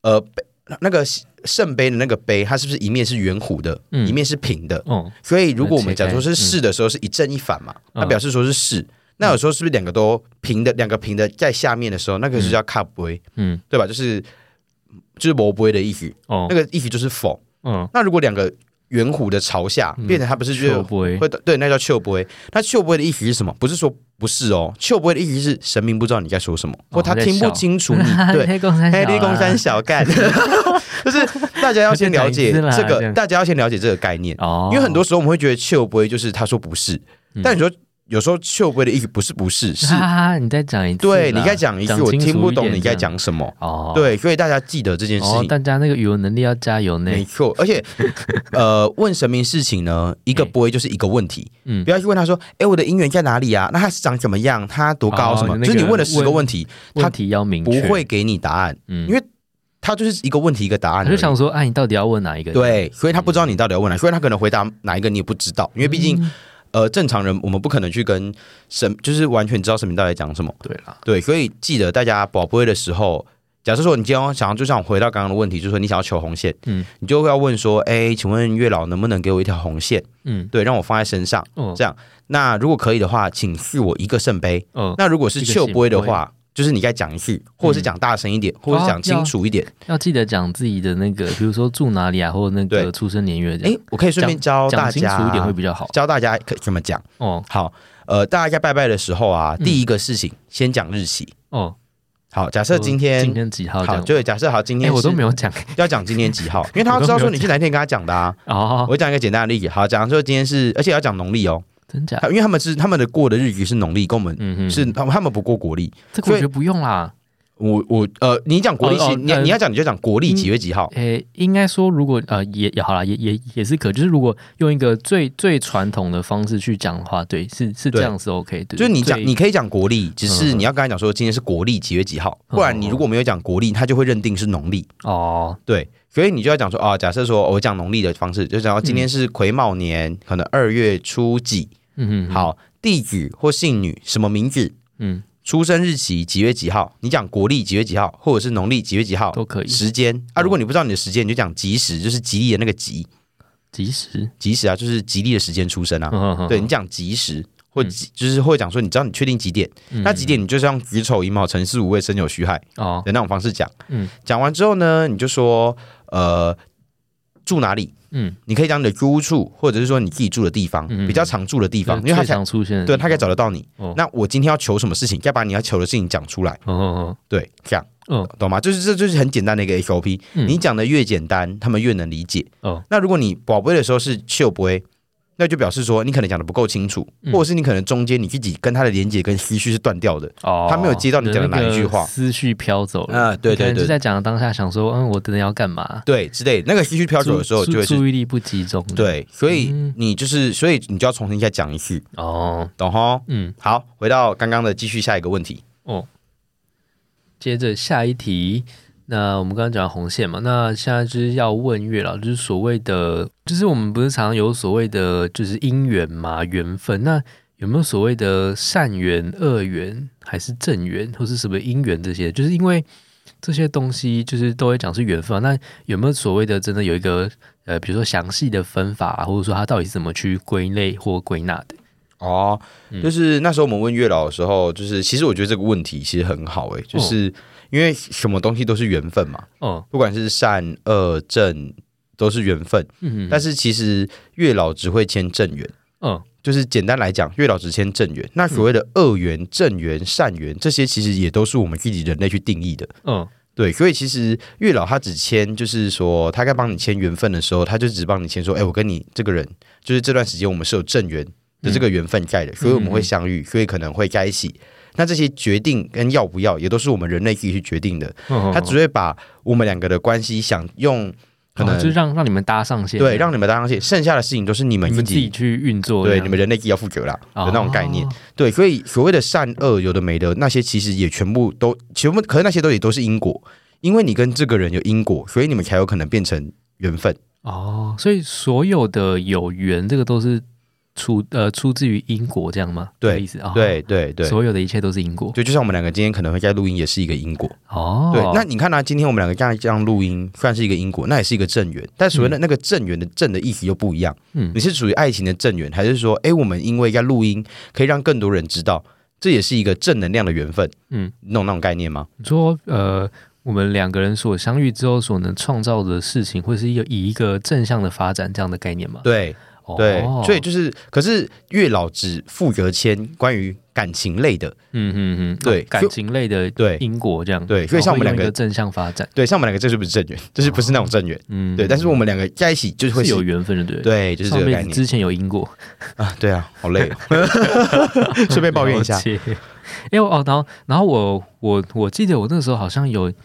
A: 呃，杯那个圣杯的那个杯，它是不是一面是圆弧的，
B: 嗯
A: 一面是平的？
B: 哦，
A: 所以如果我们
B: 切
A: 讲
B: 开
A: 说是
B: 嗯
A: 是的时候，是一正一反嘛，
B: 嗯
A: 那表示说是是。那有时候是不是两个都平的，两个平的在下面的时候，那个就叫 cup 杯，
B: 嗯
A: 对吧？就是就是魔杯的意思，
B: 哦
A: 那，个意思就是否。
B: 嗯，
A: 那如果两个圆弧的朝下，
B: 嗯
A: 变成它不是就
B: 球
A: 是
B: 杯
A: 会对，那叫丘不会。那丘不会的意思是什么？不是说不是哦，丘不会的意思是神明不知道你在说什么，
B: 哦
A: 或他听不清
B: (laughs)
A: 楚你对。
B: 黑公山小
A: 黑
B: 啊，
A: 地公山小干， (laughs) 就是大家要先了解
B: 我就讲一次
A: 这
B: 啦这
A: 个，
B: 样
A: 大家要先了解这个概念，
B: 哦，
A: 因为很多时候我们会觉得丘不会就是他说不是，
B: 嗯
A: 但你说有时候丘不会的意思不是不是，
B: (laughs)
A: 是
B: 哈哈啊哈，你再讲一次啦，
A: 对你该讲一句我
B: 清楚
A: 听不懂
B: 点
A: 你该
B: 这样
A: 讲什么，
B: 哦，
A: 对，所以大家记得这件事
B: 哦，
A: 情。
B: 大家那个语文能力要加油呢，
A: 没错，
B: (laughs)
A: 而且呃，问神明事情呢，一个
B: 哎
A: 不会就是一个问题，
B: 嗯
A: 不要去问他说，哎、我的姻缘在哪里啊？那他是长怎么样？他多高？
B: 哦
A: 什么？
B: 那个
A: 就是你问了十个问题，
B: 问题要明
A: 不
B: 确，
A: 会给你答案，
B: 嗯
A: 因为他就是一个问题一个答案而
B: 他就
A: 已。
B: 想嗯说，哎、你到底要问哪一个？，
A: 对，所以他不知道你到底要问哪，所以他可能回答哪一个你也不知道，因为毕竟、
B: 嗯
A: 呃，正常人我们不可能去跟神，就是完全知道神明到底在讲什么。
B: 对啦，
A: 对，所以记得大家宝贝的时候，假设说你今天想要，就像我回到刚刚的问题，就是说你想要求红线，嗯
B: 嗯，
A: 你就要问说，哎，请问月老能不能给我一条红线？
B: 嗯，
A: 对，让我放在身上。
B: 哦
A: 这，样，那如果可以的话，请赐我一个圣杯。
B: 哦，
A: 那如果是
B: 一个
A: 秀
B: 圣
A: 杯的
B: 杯嗯
A: 话，就是你该讲一次，或者是讲大声一点，或者是
B: 哦
A: 讲清
B: 要
A: 楚一点。
B: 要记得讲自己的那个，比如说住哪里啊，或者那
A: 对
B: 个出生年月这
A: 哎、
B: 样，
A: 我可以顺便教大
B: 讲清
A: 家
B: 楚一点会比较好。
A: 教大家可怎么讲。
B: 哦
A: 好，呃，大家拜拜的时候啊，
B: 嗯
A: 第一个事情、先讲日期。
B: 哦，
A: 好，假设今
B: 今
A: 天
B: 天几号这
A: 好，
B: 样？
A: 就假设好今
B: 哎、
A: 天
B: 我都
A: 是
B: 没有讲
A: 要讲今天几
B: (laughs)
A: 号，因为他要知道说你是哪一天跟他讲的啊。
B: 哦，
A: 我讲一个简单的例子，好，假如说今天是，而且要讲农历哦，
B: 真假？
A: 因为他们是他们的过的日期是农历，跟我们
B: 啊嗯嗯，
A: 是他们他们不过国历。
B: 这个我觉得不用啦。
A: 我我呃，你讲国历
B: 哦
A: 几，
B: 哦
A: 你
B: 呃
A: 你要讲你就讲国历几月几号，
B: 诶、应该说，如果呃也也好啦，也也也是可，就是如果用一个最最传统的方式去讲的话，对，是是
A: 对
B: 这样是 OK 的。
A: 就是你讲
B: 最
A: 你可以讲国历，只是
B: 嗯
A: 你要跟他讲说今天是国历几月几号，
B: 嗯
A: 不然你如果没有讲国历，他就会认定是农历。
B: 哦，
A: 对，所以你就要讲说啊，假设说我讲农历的方式，就讲到今天是癸卯年，可能二月初几，
B: 嗯嗯，
A: 好，地址或姓女什么名字，
B: 嗯，
A: 出生日期几月几号，你讲国历几月几号，或者是农历几月几号
B: 都可以嗯
A: 时间啊，如果你不知道你的时间，你就讲吉时，就是吉利的那个吉，
B: 及时，
A: 吉时啊，就是吉利的时间出生啊。
B: 嗯嗯
A: 对
B: 嗯
A: 你讲及时或
B: 嗯
A: 几，就是会讲说，你知道你确定几点？那几点你就是用子丑寅卯辰巳午未申酉戌亥
B: 哦，
A: 的那种方式讲。
B: 嗯
A: 讲完之后呢，你就说呃住哪里？
B: 嗯，
A: 你可以讲你的居屋处，或者是说你自己住的地方，
B: 嗯
A: 比较常住的地
B: 地
A: 方，因为他
B: 最
A: 才
B: 常出现的
A: 对
B: 地
A: 他可以找得到你
B: 哦。
A: 那我今天要求什么事情，要把你要求的事情讲出来。
B: 方，哦哦哦，
A: 对，这样
B: 嗯
A: 懂吗？就是这就是很简单的一个 SOP，、
B: 嗯
A: 你讲的越简单，他们越能理解。
B: 哦
A: 那如果你宝贝的时候是秀不会，那就表示说你可能讲的不够清楚，
B: 嗯
A: 或者是你可能中间你自己跟他的连接跟思绪是断掉的。
B: 哦，
A: 他没有接到你讲的哪一句话
B: 那个思绪飘走了。
A: 啊，对
B: 可能就在讲的当下想说，嗯，我等等要干嘛？
A: 对之类的，那个思绪飘走的时候
B: 注
A: 就会
B: 注
A: 是。
B: 注意力不集中。，
A: 对，所以
B: 嗯
A: 你就是，所以你就要重新再讲一次，
B: 哦，
A: 懂吼？
B: 嗯，
A: 好，回到刚刚的，继续下一个问题。
B: 哦。接着下一题，那我们刚刚讲到红线嘛，那现在就是要问月老，就是所谓的，就是我们不是常有所谓的就是姻缘嘛、缘分，那有没有所谓的善缘、恶缘，还是正缘，或是什么姻缘这些？就是因为这些东西就是都会讲是缘分啊，那有没有所谓的真的有一个呃，比如说详细的分法啊、或者说它到底是怎么去归类或归纳的？
A: 哦，就是那时候我们问月老的时候，就是其实我觉得这个问题其实很好诶、欸就是因为什么东西都是缘分嘛，
B: 哦，
A: 不管是善恶正都是缘分，
B: 嗯，
A: 但是其实月老只会签正缘，
B: 嗯，
A: 就是简单来讲，月老只签正缘。那所谓的恶缘、正缘、善缘，这些其实也都是我们自己人类去定义的。
B: 嗯，
A: 对，所以其实月老他只签，就是说他该帮你签缘分的时候，他就只帮你签说，哎、我跟你这个人，就是这段时间我们是有正缘的这个缘分在的，所以我们会相遇，所以可能会在一起。那这些决定跟要不要，也都是我们人类自己去决定的。
B: 嗯
A: 他只会把我们两个的关系想用可能、
B: 哦就是让让你们搭上线，
A: 对让你们搭上线，剩下的事情都是你们
B: 你
A: 自
B: 们自己
A: 己
B: 去运作这
A: 对
B: 样，
A: 你们人类自己要负责啦的那种概念
B: 哦。
A: 对，所以所谓的善恶有的没的那些，其实也全部都全部，可是那些都也都是因果，因为你跟这个人有因果，所以你们才有可能变成缘分。
B: 哦，所以所有的有缘，这个都是出呃出自于因果，这样吗？
A: 对
B: 这个意思啊，哦
A: 对对对。
B: 所有的一切都是因果。
A: 对，就像我们两个今天可能会在录音，也是一个因果。
B: 哦，
A: 对，那你看呢、今天我们两个这样这样录音，算是一个因果，那也是一个正缘。但所谓的那个正缘的正的意思又不一样。
B: 嗯
A: 你是属于爱情的正缘，还是说，哎，我们因为要录音，可以让更多人知道，这也是一个正能量的缘分？
B: 嗯，
A: 你懂那种概念吗？
B: 你说呃，我们两个人所相遇之后所能创造的事情，会是一个以一个正向的发展这样的概念吗？
A: 对
B: 哦
A: 对，所以就是，可是月老只负责签关于感情类的，
B: 嗯嗯嗯，
A: 对
B: 哦感情类的
A: 对
B: 因果这样，
A: 对所以像我们
B: 然
A: 两
B: 后
A: 个
B: 用一正向发展，
A: 对，像我们两个这是不是正缘？这是不是那种正缘？
B: 嗯，
A: 对，但是我们两个在一起就是会
B: 是
A: 是
B: 有缘分的，对。
A: 对，就是
B: 上
A: 这个概
B: 辈子
A: 念
B: 之前有因果，
A: 啊。对啊，好累、哦， (laughs)
B: (laughs)
A: 顺便抱怨一下
B: 了。解。因为哦，然后然后我我我记得我那时候好像有，就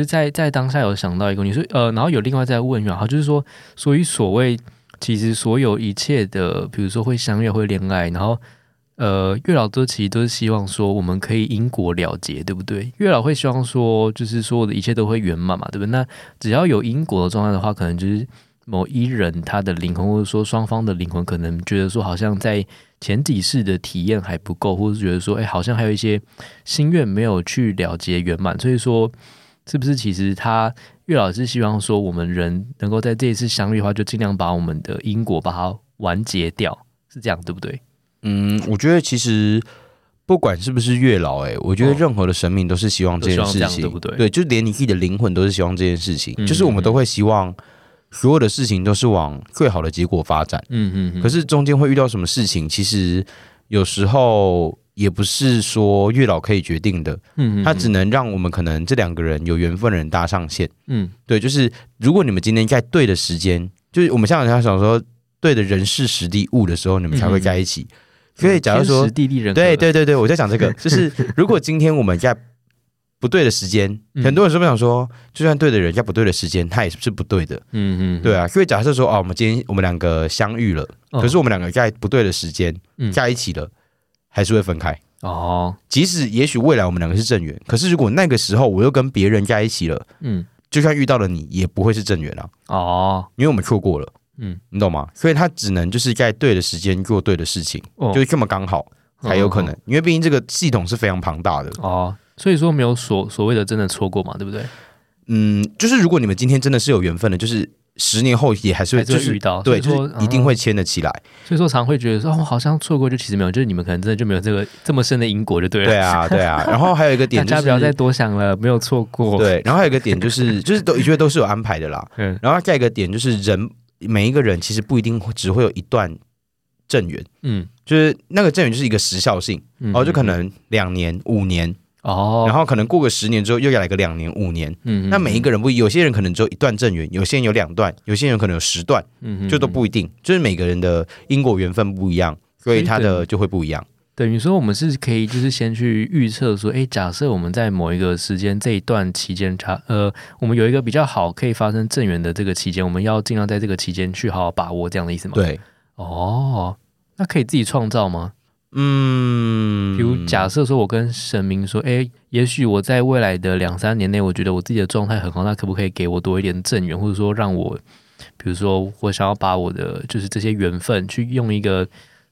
B: 是在在当下有想到一个，你说呃，然后有另外再问一下，好，就是说，所以所谓其实所有一切的，比如说会相约、会恋爱，然后呃，月老都其实都是希望说我们可以因果了结，对不对？月老会希望说，就是所有的一切都会圆满嘛，对不对？那只要有因果的状态的话，可能就是。某一人他的灵魂，或者说双方的灵魂，可能觉得说好像在前几世的体验还不够，或是觉得说，哎、好像还有一些心愿没有去了结圆满，所以说，是不是其实他月老是希望说，我们人能够在这一次相遇的话，就尽量把我们的因果把它完结掉，是这样对不对？
A: 嗯，我觉得其实不管是不是月老、欸，哎，我觉得
B: 哦
A: 任何的神明都是希望这件
B: 都希望这
A: 事
B: 样
A: 情，
B: 对不对
A: 就连你自己的灵魂都是希望这件事情，
B: 嗯
A: 就是我们都会希望所有的事情都是往最好的结果发展。
B: 嗯嗯
A: 可是中间会遇到什么事情，其实有时候也不是说月老可以决定的，
B: 嗯
A: 他只能让我们可能这两个人有缘分的人搭上线。
B: 嗯
A: 对，就是如果你们今天在对的时间，就是我们像人家想说对的人事时地物的时候，你们才
B: 嗯
A: 会在一起。所以假如说
B: 天时地利人和
A: 对对对对，我在讲这个， (laughs) 就是如果今天我们在不对的时间，
B: 嗯
A: 很多人是不是想说，就算对的人在不对的时间，他也是不对的，
B: 嗯嗯
A: 对啊。所以假设说，哦，我们今天我们两个相遇了，
B: 哦
A: 可是我们两个在不对的时间
B: 嗯
A: 在一起了，还是会分开。
B: 哦
A: 即使也许未来我们两个是正缘，可是如果那个时候我又跟别人在一起了，
B: 嗯
A: 就算遇到了你，也不会是正缘啊，
B: 哦
A: 因为我们错过了，
B: 嗯
A: 你懂吗？所以他只能就是在对的时间做对的事情，
B: 哦嗯
A: 就是这么刚好才有可能，因为毕竟这个系统是非常庞大的。
B: 哦，所以说没有所所谓的真的错过嘛，对不对？
A: 嗯，就是如果你们今天真的是有缘分的，就是十年后也还是会
B: 还是会
A: 就是
B: 遇到
A: 对，
B: 所以说嗯
A: 就是一定会牵得起来。
B: 所以说常会觉得说，哦，我好像错过，就其实没有，就是你们可能真的就没有这个这么深的因果，就对了。
A: 对啊，对啊。然后还有一个点就
B: (laughs) 大家
A: 是
B: 不要再多想了，没有错过。，
A: 对，然后还有一个点就是 (laughs) 就是都我觉得都是有安排的啦。
B: 嗯
A: 然后再一个点就是人每一个人其实不一定会只会有一段正缘，
B: 嗯
A: 哦就是那个正缘就是一个时效性，
B: 嗯
A: 哦，就可能两年、五年，
B: 哦，
A: 然后可能过个十年之后又要来个两年、五年。
B: 嗯，
A: 那每一个人不一，有些人可能只有一段正缘，有些人有两段，有些人可能有十段，
B: 嗯
A: 就都不一定，就是每个人的因果缘分不一样，所以他的就会不一样。
B: 等于说我们是可以就是先去预测说，诶，假设我们在某一个时间这一段期间差，呃，我们有一个比较好可以发生正缘的这个期间，我们要尽量在这个期间去好好把握，这样的意思吗？，
A: 对，
B: 哦，那可以自己创造吗？
A: 嗯，
B: 比如假设说，我跟神明说，诶，也许我在未来的两三年内，我觉得我自己的状态很好，那可不可以给我多一点正缘，或者说让我，比如说我想要把我的就是这些缘分去用一个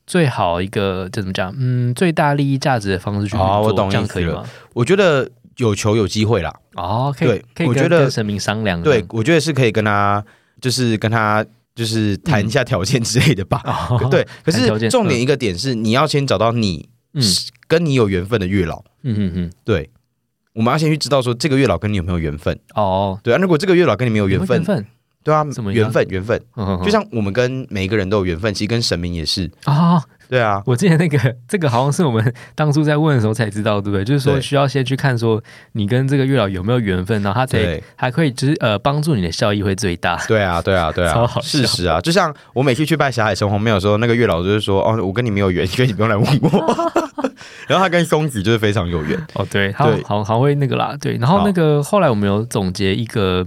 B: 最好一个这怎么讲，嗯，最大利益价值的方式去运作，
A: 哦我懂
B: 这样
A: 意思
B: 可以
A: 了
B: 吗？
A: 我觉得有求有机会啦。
B: 哦，可以
A: 对，
B: 可以
A: 我
B: 跟
A: 觉得
B: 跟神明商量，
A: 对，，我觉得是可以跟他，就是跟他，就是谈一下条件之类的吧。嗯
B: 哦，
A: 对，可
B: 谈条件
A: 是重点一个点是，你要先找到你
B: 嗯
A: 跟你有缘分的月老。
B: 嗯嗯嗯，
A: 对，我们要先去知道说这个月老跟你有没有缘分。
B: 哦，
A: 对啊，如果这个月老跟你没有缘分
B: 缘，分，
A: 对啊
B: 怎么，样
A: 缘分缘分，
B: 嗯嗯，
A: 就像我们跟每一个人都有缘分，其实跟神明也是。
B: 啊。哦
A: 对
B: (laughs)
A: 啊，
B: 我记得那个这个好像是我们当初在问的时候才知道，对不对？就是说
A: 对
B: 需要先去看说你跟这个月老有没有缘分，然后他才
A: 对
B: 还可以就是呃帮助你的效益会最大。
A: 对啊，对啊，对
B: 超
A: 啊
B: 好，笑
A: 事实啊，就像我每次去拜霞海神红庙的时候，那个月老就是说，哦，我跟你没有缘， (laughs) 所以你不用来问
B: (laughs)
A: 我。然后他跟松子就是非常有缘，
B: 哦，对，他
A: 对
B: 好好会那个啦，对。然后那个后来我们有总结一个。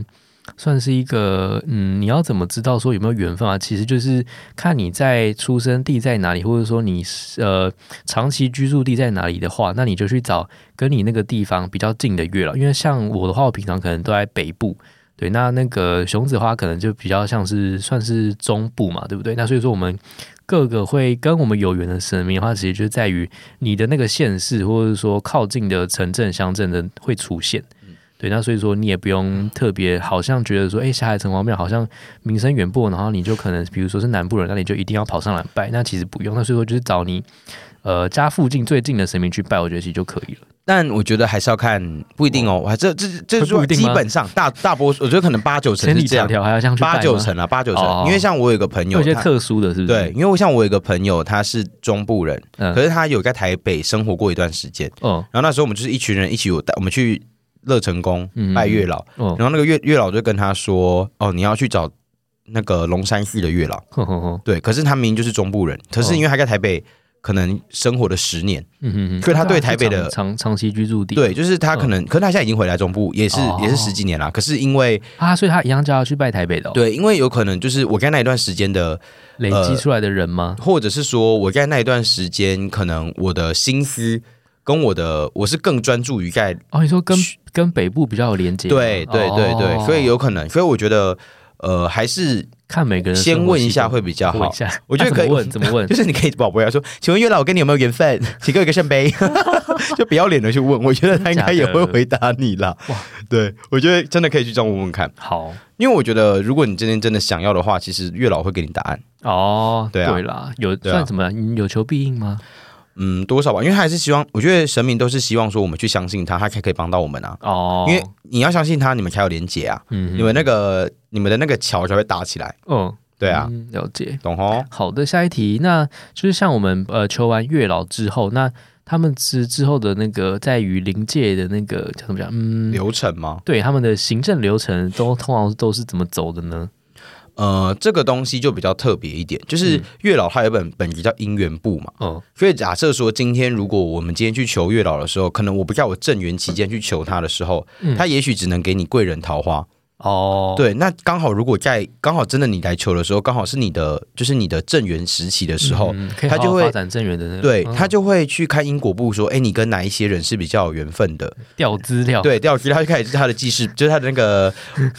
B: 算是一个，嗯，你要怎么知道说有没有缘分啊？其实就是看你在出生地在哪里，或者说你呃长期居住地在哪里的话，那你就去找跟你那个地方比较近的月老。因为像我的话，我平常可能都在北部，对，那那个熊子花可能就比较像是算是中部嘛，对不对？那所以说我们各个会跟我们有缘的神明的话，其实就在于你的那个县市，或者说靠近的城镇、乡镇的会出现。
A: 嗯
B: 对，那所以说你也不用特别，好像觉得说，哎，霞海城隍庙好像名声远播，然后你就可能，比如说是南部人，那你就一定要跑上来拜，那其实不用。那所以说就是找你，呃，家附近最近的神明去拜，我觉得其实就可以了。
A: 但我觉得还是要看，不一定哦。我还这这这
B: 会不一定
A: 基
B: 吗
A: 本上大大波，我觉得可能八九成
B: 千里
A: 是这
B: 迢
A: 样，
B: 迢还要这样去拜吗
A: 八九，成啊，八九
B: 哦
A: 成。因为像我有个朋
B: 有
A: 友，
B: 些
A: 他
B: 特殊的，是不是？
A: 对，，因为我像我有个朋友，他是中部人，
B: 嗯
A: 可是他有在台北生活过一段时间。
B: 哦，
A: 然后那时候我们就是一群人一起有带我们去乐成宫
B: 嗯
A: 拜月老，
B: 哦，
A: 然后那个月月老就跟他说：“哦，你要去找那个龙山寺的月老。
B: 吼吼吼”，
A: 对，可是他明明就是中部人，可是因为他在台北可能生活了十年，
B: 嗯哼哼，
A: 所以他对
B: 啊
A: 台北的
B: 长长长期居住地，嗯
A: 对，就是他可能，可是他现在已经回来中部，也是
B: 哦
A: 也是十几年啦。可是因为
B: 啊，所以他一样叫他去拜台北的、哦，，
A: 对，因呃为有可能就是我在那一段时间的，
B: 累积出来的人吗？
A: 或者是说我在那一段时间，可能我的心思跟我的我是更专注于在
B: 哦，你说跟跟北部比较有连接吗，
A: 对对对对，
B: 哦
A: 所以有可能，所以我觉得呃还是
B: 看每个人的
A: 先
B: 生活
A: 问一
B: 习
A: 下
B: 惯
A: 会比较
B: 问
A: 好
B: 一。下，
A: 我觉
B: (laughs)
A: 得
B: 那
A: 可以
B: 怎么问怎么问
A: 就，是你可以宝贝
B: (laughs)
A: 他说：“请问月老，我跟你有没有缘分？请给我一个圣杯。”就不要脸的去问，我觉得他应该也会回答你啦
B: (laughs) 真的假的哇。
A: 对，我觉得真的可以去这样问问看，
B: 好
A: 因为我觉得如果你今天真的想要的话，其实月老会给你答案，
B: 哦，
A: 对啊
B: 啦，有
A: 对啊
B: 算什么？有求必应吗？
A: 嗯，多少吧，因为他还是希望，我觉得神明都是希望说我们去相信他，他才可以帮到我们啊。
B: 哦，
A: 因为你要相信他，你们才有连结啊，
B: 嗯
A: 你们那个你们的那个桥才会搭起来。
B: 哦，
A: 对啊，
B: 嗯，了解。
A: 懂哦吼？
B: 好的，下一题，那就是像我们呃求完月老之后，那他们之之后的那个在于灵界的那个叫怎么讲？嗯，
A: 流程吗？
B: 对他们的行政流程都通常都是怎么走的呢？
A: 呃，这个东西就比较特别一点，就是
B: 嗯
A: 月老他有本本子叫姻缘簿嘛，
B: 哦，
A: 所以假设说今天如果我们今天去求月老的时候，可能我不在我正缘期间去求他的时候，
B: 嗯
A: 他也许只能给你贵人桃花。
B: 哦，，
A: 对，那刚好如果在刚好真的你来求的时候，刚好是你的就是你的正缘时期的时候，
B: 嗯，可以
A: 他
B: 好
A: 就
B: 好
A: 会
B: 发展正缘的那个，
A: 对
B: 嗯
A: 他就会去看因果簿说，哎，你跟哪一些人是比较有缘分的？
B: 调资料，
A: 对，掉去他就开始他的记事，就是他的那
B: (laughs)
A: 个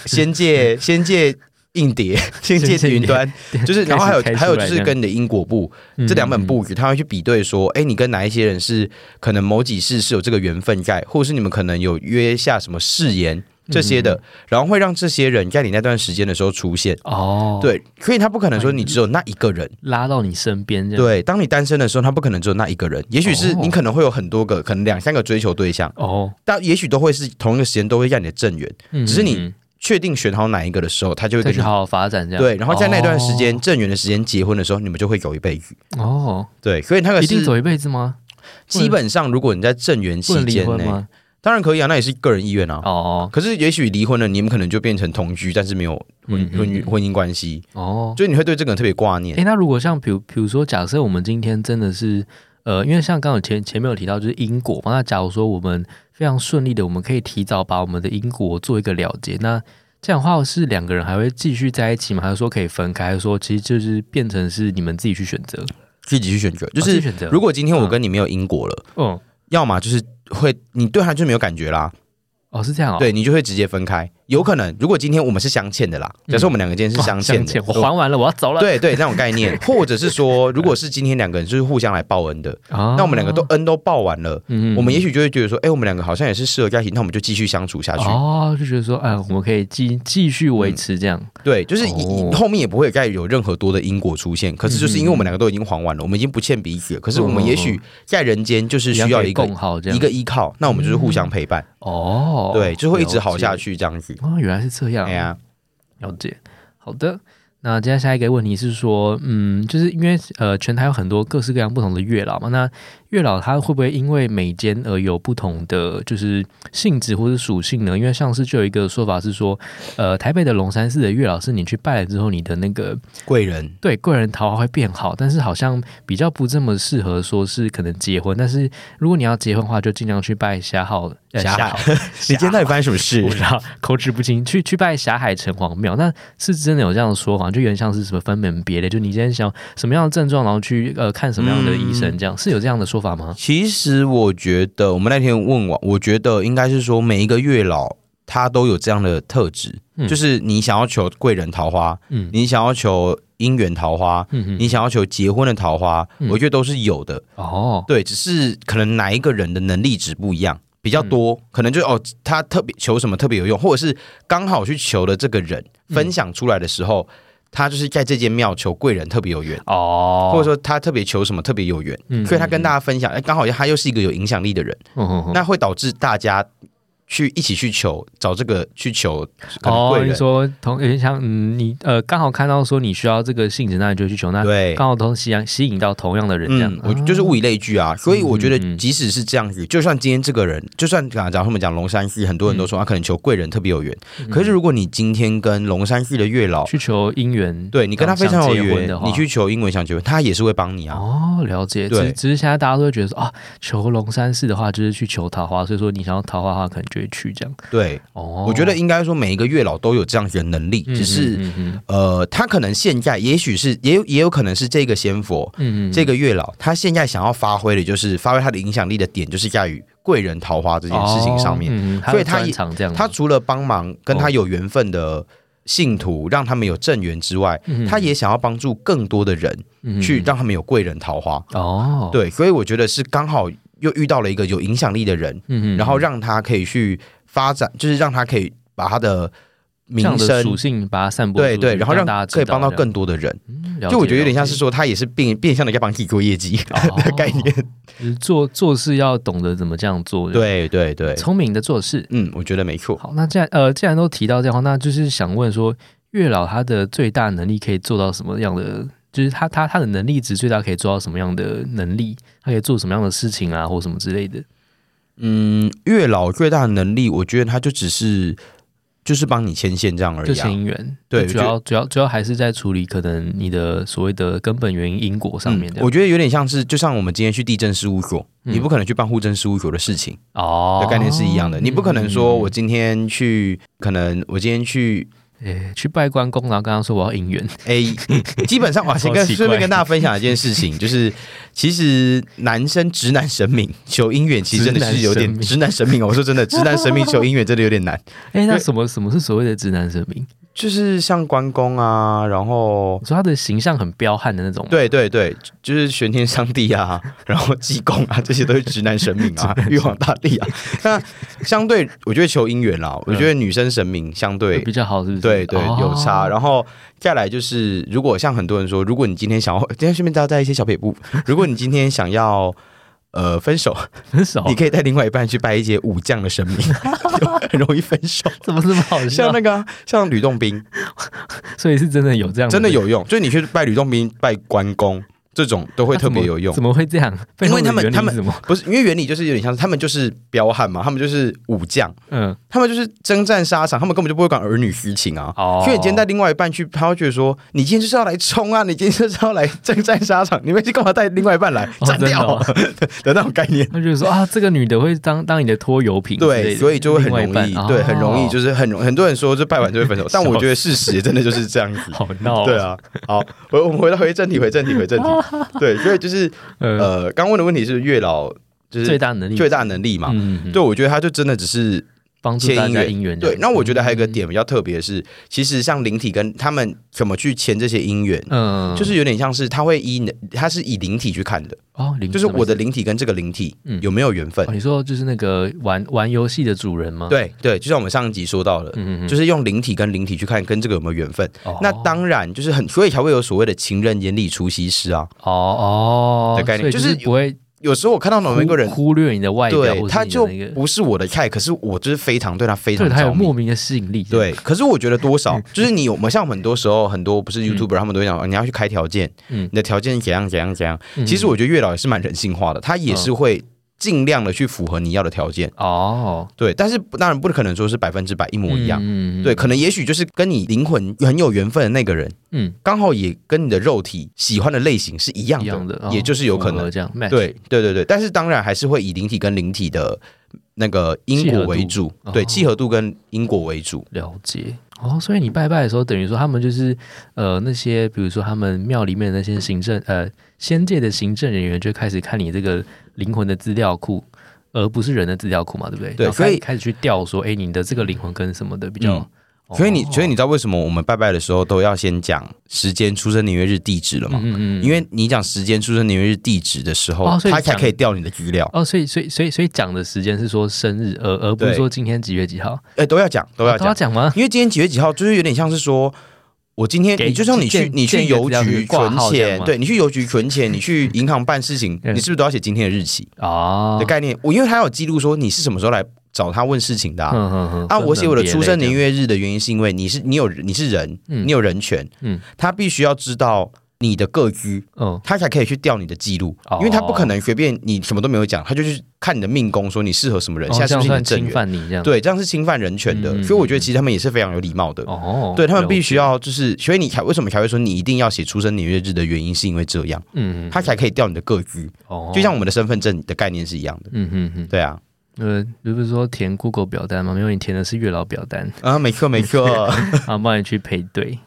A: 仙界仙界硬碟、仙界
B: 仙界
A: 云端，就是然后还有
B: 开始开出来
A: 还有就是
B: 这样
A: 跟你的因果簿
B: 嗯，
A: 这两本簿，他会去比对说，哎，你跟哪一些人是可能某几世是有这个缘分在，或者是你们可能有约下什么誓言
B: 嗯
A: 这些的，然后会让这些人在你那段时间的时候出现。
B: 哦，，
A: 对，所以他不可能说你只有那一个人。
B: 拉到你身边这样，，
A: 对，当你单身的时候，他不可能只有那一个人，也许是
B: 哦
A: 你可能会有很多个，可能两三个追求对象，
B: 哦，
A: 但也许都会是同一个时间都会让你的正缘。
B: 嗯
A: 只是你
B: 嗯
A: 确定选好哪一个的时候，他就会
B: 嗯再
A: 跟
B: 去
A: 你
B: 好好哦发展这样，
A: 对，然后在那段时间正缘的时间结婚的时候，你们就会走一辈子。
B: 哦，
A: 对，所以那
B: 哦
A: 个
B: 一定
A: 是
B: 走一辈子吗？
A: 基本上，如果你在正缘
B: 不
A: 期
B: 能离
A: 间
B: 婚
A: 内，
B: 吗？
A: 当然可以啊，那也是个人意愿啊。
B: 哦
A: 可是也许离婚了，你们可能就变成同居，但是没有婚
B: 嗯嗯
A: 婚姻婚姻关系，
B: 哦，
A: 所以你会对这个人特别挂念
B: 诶，。那如果像比如比如说，假设我们今天真的是呃，因为像刚刚有前前面有提到就是因果嘛，那假如说我们非常顺利的，我们可以提早把我们的因果做一个了结，那这样的话是两个人还会继续在一起吗？还是说可以分开？还是说其实就是变成是你们自己去选择？哦
A: 自己去选择，就
B: 自己
A: 是
B: 啊选择
A: 如果今天我跟你没有因果了，
B: 嗯，
A: 要么就是会你对他就没有感觉啦，
B: 哦，是这样哦，
A: 对你就会直接分开。有可能，如果今天我们是相欠的啦，假设我们两个今天
B: 嗯哇，
A: 是相欠的，
B: 我还完了，我要走了。
A: 对对那种概
B: (laughs)
A: 念，或者是说，如果是今天两个人就是互相来报恩的，
B: 啊，
A: 那我们两个都恩都报完了，
B: 嗯，嗯
A: 我们也许就会觉得说，哎，我们两个好像也是适合在一起，那我们就继续相处下去。
B: 哦，就觉得说，哎，我们可以继继续维持这样，
A: 对，就是以、
B: 哦
A: 后面也不会再有任何多的因果出现。可是就是因为我们两个都已经还完了，我们已经不欠彼此了。可是我们也许在人间就是需要一个
B: 哦样可以共好这样
A: 一个依靠，那我们就是互相陪伴，
B: 哦，
A: 对，就会一直好下
B: 去。
A: 去这样子。
B: 哦，原来是这样，
A: 哎呀，
B: 了解，好的。那接下来下一个问题是说，嗯，就是因为呃，全台有很多各式各样不同的月老嘛，那月老它会不会因为每间而有不同的就是性质或者属性呢？因为上次就有一个说法是说，呃，台北的龙山寺的月老是你去拜了之后，你的那个
A: 贵人，
B: 对 (laughs) 贵人桃花会变好，但是好像比较不这么适合说是可能结婚，但是如果你要结婚的话，就尽量去拜霞好呃
A: 霞
B: 霞好，
A: 你今天到底发生什么
B: 我不知
A: 事？
B: 道，口齿不清，去去拜霞海城隍庙，那是真的有这样的说法，就有点像是什么分门别类，就你今天想什么样的症状，然后去呃看什么样的医
A: 嗯
B: 生，这样、是有这样的说法吗？
A: 其实我觉得，我们那天问我，我觉得应该是说每一个月老他都有这样的特质，
B: 嗯
A: 就是你想要求贵人桃花，
B: 嗯
A: 你想要求姻缘桃花，
B: 嗯嗯，
A: 你想要求结婚的桃花，
B: 嗯
A: 我觉得都是有的。
B: 哦，
A: 对，只是可能哪一个人的能力值不一样，比较多，
B: 嗯
A: 可能就哦，他特别求什么特别有用，或者是刚好去求的这个人
B: 嗯
A: 分享出来的时候，他就是在这间庙求贵人特别有缘，
B: 哦，
A: 或者说他特别求什么特别有缘，
B: 嗯
A: 所以他跟大
B: 家，
A: 家分享，哎，刚好他又是一个有影响力的人，
B: 嗯嗯嗯
A: 那会导致大家。去一起去求找这个去求可能
B: 哦
A: 贵，
B: 你
A: 人，
B: 说同有点像，嗯，你呃刚好看到说你需要这个性质，那你就去求，那
A: 对，
B: 刚好同吸引吸引到同样的人，这样哦
A: 嗯，，我就是物以类聚啊，所以我觉
B: 嗯嗯
A: 得
B: 嗯
A: 即使是这样子，就算今天这个人，就算讲讲他们讲龙山寺，很多人都说他可能求贵人特别有缘，
B: 嗯
A: 可是如果你今天跟龙山寺的月老，
B: 啊去求姻缘，
A: 对你跟他非常有
B: 想结婚的
A: 缘，
B: 话
A: 你去求英文想结婚，他也是会帮你啊。
B: 哦，了解。只
A: 对
B: 是只是现在大家都会觉得说啊，求龙山寺的话就是去求桃花，所以说你想要桃花的话，可能就会去这样。
A: 对，
B: 哦，
A: 我觉得应该说每一个月老都有这样子的能力，
B: 嗯
A: 只是
B: 嗯嗯
A: 呃，他可能现在也许是也有也有可能是这个仙佛。
B: 嗯嗯
A: 这
B: 个
A: 个月老他现在想要发挥的，就是发挥他的影响力的点，就是在于贵人桃花
B: 嗯
A: 这件事情上面。
B: 面
A: 所以他也
B: 常这样吗，
A: 他除了帮忙跟
B: 哦
A: 他有缘分的信徒，让他们有正缘之外，
B: 嗯
A: 他也想要帮助更多的人
B: 嗯嗯
A: 去让他们有贵人桃花。
B: 哦，
A: 对，所以我觉得是刚好又遇到了一个有影响力的人，
B: 嗯，嗯
A: 然后
B: 嗯
A: 让他可以去发展，就是让他可以把他的
B: 这样
A: 名
B: 的属
A: 声。
B: 性把它散播出
A: 对
B: 去，
A: 对，然后让
B: 大家
A: 可以帮到
B: 知道
A: 更多的人，
B: 这样，嗯了
A: 就我
B: 解
A: 觉得有点
B: 了
A: 像
B: 解哦
A: 是说，他也是变变相的在帮自己做业绩 (laughs) 的概念。
B: 就是 (laughs) 做做事要懂得怎么这样做，，
A: 对对对，
B: 聪明的做事。
A: 嗯，我觉得没错。
B: 好，那既然呃既然都提到这样的话，那就是想问说，月老他的最大能力可以做到什么样的？就是他他他的能力值最大可以做到什么样的能力？他可以做什么样的事情啊，或什么之类的？
A: 嗯，月老最大的能力，我觉得他就只是就是帮你牵线这样而
B: 就
A: 已、啊
B: 前。姻缘，
A: 对
B: 就
A: 我
B: 主
A: 觉
B: 要主要主要还是在处理可能你的所谓的根本原因因果上面
A: 嗯
B: 的、
A: 我觉得有点像是，就像我们今天去地震事务所，
B: 嗯
A: 你不可能去办户政事务所的事情
B: 哦
A: 的概念是一样的。你不可能说我
B: 嗯
A: 今天去，可能我今天去
B: 诶嗯去拜关公，然后跟他说我要姻缘， (laughs)
A: (laughs) 哎，基本上我先
B: 好
A: 跟
B: 奇怪
A: 顺便跟大家分享一件事 (laughs) 情，就是其实男生直男神明求姻缘，其实真的是有
B: 直男神
A: 点
B: 明
A: 直男神明哦。我说真 (laughs) 的，直男神明求姻缘真的有点难，
B: 哎、那
A: 对
B: 什么什么是所谓的直男神明？
A: 就是像关公啊，然后
B: 你说他的形象很彪悍的那种吗，
A: 对对对，就是玄天上帝啊，然后济公啊，这些都是 (laughs) 直男神明啊，玉皇大帝啊。那相对，我觉得求姻缘啦，我觉得女生神明相对
B: 会比较好，是不是？
A: 对对，有差。
B: 哦
A: 然后再来就是，如果像很多人说，如果你今天想要，今天顺便大家带一些小撇步，如果你今天想要。呃，分手，
B: 分手
A: 你可以带另外一半去拜一些武将的
B: (laughs)
A: 神明，就很容易分手。
B: 怎么这么好笑
A: 像？那个啊、像吕洞宾，
B: 所以是真的有这样，
A: 真的有用。就是你去拜吕洞宾、拜关公、这种都会特别有用
B: 怎。么会这样？背后的
A: 因为他们
B: 原理
A: 他们
B: 是什么？
A: 不是因为原理就是有点像是他们就是彪悍嘛，他们就是武将，
B: 嗯，
A: 他们就是征战沙场，他们根本就不会管儿女私情啊。
B: 哦，
A: 所以你今天带另外一半去，他会觉得说：“你今天就是要来冲啊，你今天就是要来征战沙场，你们去干嘛带另外一半来 (laughs)
B: 哦
A: 斩
B: 真的
A: 掉、
B: 哦
A: 的那种概念。
B: 他就是说啊，这个女的会当当你的拖油瓶之类的，
A: 对，所以就会很
B: 另外
A: 容
B: 一
A: 易，
B: 半哦
A: 对，很容易，就是是很容很多人说就拜完就会分
B: (laughs)
A: 手，但我觉得事实也真的就是这样子。
B: 好闹、
A: (laughs) 对，啊，好，我我们回到回正题，回正题，
B: (laughs)
A: 回正题。对，所以就是
B: 呃，
A: 呃，刚问的问题是月老就是
B: 最大能力，
A: 最大能力嘛？
B: 嗯，嗯
A: 对，，我觉得他就真的只是
B: 帮助
A: 牵
B: 大
A: 姻
B: 家
A: 缘
B: 姻缘这
A: 对
B: 样。。嗯
A: 那我觉得还有一个点比较特别是，其实像灵体跟他们怎么去签这些姻缘，
B: 嗯，嗯，
A: 就是有点像是他会依你的，他是以灵体去看的，
B: 哦，灵
A: 就是我的
B: 什么
A: 灵体跟这个灵体
B: 嗯
A: 有没有缘分
B: 意思哦，。你说就是那个玩玩游戏的主人吗？，
A: 对对，就像我们上一集说到的，
B: 嗯嗯，
A: 就是用灵体跟灵体去看跟这个有没有缘分。
B: 哦
A: 那当然就是很，所以才会有所谓的情人眼里出西施啊。
B: 哦哦
A: 的概念
B: 所以就是
A: 就是
B: 不会
A: 有时候我看到某一个人
B: 忽，忽略你的外表，
A: 对
B: 或是
A: 他
B: 你的
A: 就
B: 那个
A: 不是我的菜，可是我就是非常对他非常
B: 对他
A: 着
B: 有
A: 迷
B: 莫。名的吸引力，
A: 对，可是我觉得多
B: 嗯
A: 少就是你有，我们像很多时候很多不是 YouTuber，、他们都会讲啊你要去开条件，
B: 嗯
A: 你的条件怎样怎样怎样。
B: 嗯，
A: 其实我觉得月老也是蛮人性化的，他也是会尽量的去符合你要的条件，
B: 哦
A: 对。但是当然不可能说是百分之百一模一样，
B: 嗯嗯嗯
A: 对，可能也许就是跟你灵魂很有缘分的那个人，
B: 嗯
A: 刚好也跟你的肉体喜欢的类型是一样
B: 一
A: 的，
B: 样的，哦
A: 也就是有可
B: 符
A: 能
B: 合。这样，match，
A: 对对对对，但是当然还是会以灵体跟灵体的那个因果为主，
B: 度
A: 对，
B: 哦
A: 契合度跟因果为主。
B: 了解。哦，所以你拜拜的时候，等于说他们就是呃那些，比如说他们庙里面的那些行政呃仙界的行政人员，就开始看你这个灵魂的资料库，而不是人的资料库嘛，对不对？
A: 对
B: 然后开
A: 所以
B: 开始去调说，哎，你的这个灵魂跟什么的比较。
A: 嗯所以你，
B: 哦
A: 所以你知道为什么我们拜拜的时候都要先讲时间、出生年月日、地址了吗？
B: 嗯嗯嗯，
A: 因为你讲时间、出生年月日、地址的时候，
B: 哦所以
A: 他才
B: 讲
A: 可以调你的资料。
B: 哦，所以所以所以所以讲的时间是说生日，而而不是
A: 对
B: 说今天几月几号，
A: 哎、都要讲，都要
B: 哦
A: 讲，
B: 讲吗？
A: 因为今天几月几号，就是有点像是说，我今天
B: 给
A: 你就像你去
B: 建
A: 你去
B: 建一个
A: 邮
B: 资料
A: 局
B: 去挂
A: 存
B: 号这样
A: 钱，
B: 吗
A: 对你去邮局存钱，你去银行办事情，
B: 嗯
A: 你是不是都要写今天的日期
B: 哦
A: 的，概念？我因为他有记录说你是什么时候来找他问事情的、啊。
B: 嗯嗯嗯，
A: 啊，
B: 分
A: 我写我的
B: 门别
A: 出
B: 类
A: 生
B: 这
A: 年
B: 样，
A: 月日的原因是因为你是你有你是人，
B: 嗯
A: 你有人权，
B: 嗯
A: 他必须要知道你的个居，
B: 嗯，
A: 他才可以去调你的记录，
B: 哦
A: 因为他不可能随便你什么都没有讲，他就去看你的命宫，说你适合什么人，
B: 哦
A: 现在
B: 这
A: 是不是你的
B: 样算
A: 正
B: 侵
A: 缘？
B: 犯你这样，，
A: 对，这样是侵犯人权的，
B: 嗯
A: 所以我觉得其实他们也是非常有礼貌的。
B: 哦，
A: 对他们
B: 了
A: 必须
B: 解，
A: 要就是，所以你才为什么才会说你一定要写出生年月日的原因，是因为这样，
B: 嗯，嗯
A: 他才可以调你的个居，
B: 哦，
A: 就像我们的身份证的概念是一样的。
B: 嗯哼哼，
A: 对啊，
B: 呃，你不是说填 Google 表单吗？没有，你填的是月老
A: (laughs)
B: 表单，
A: 啊，没错没
B: (laughs)
A: 错，
B: 啊，帮你去配对。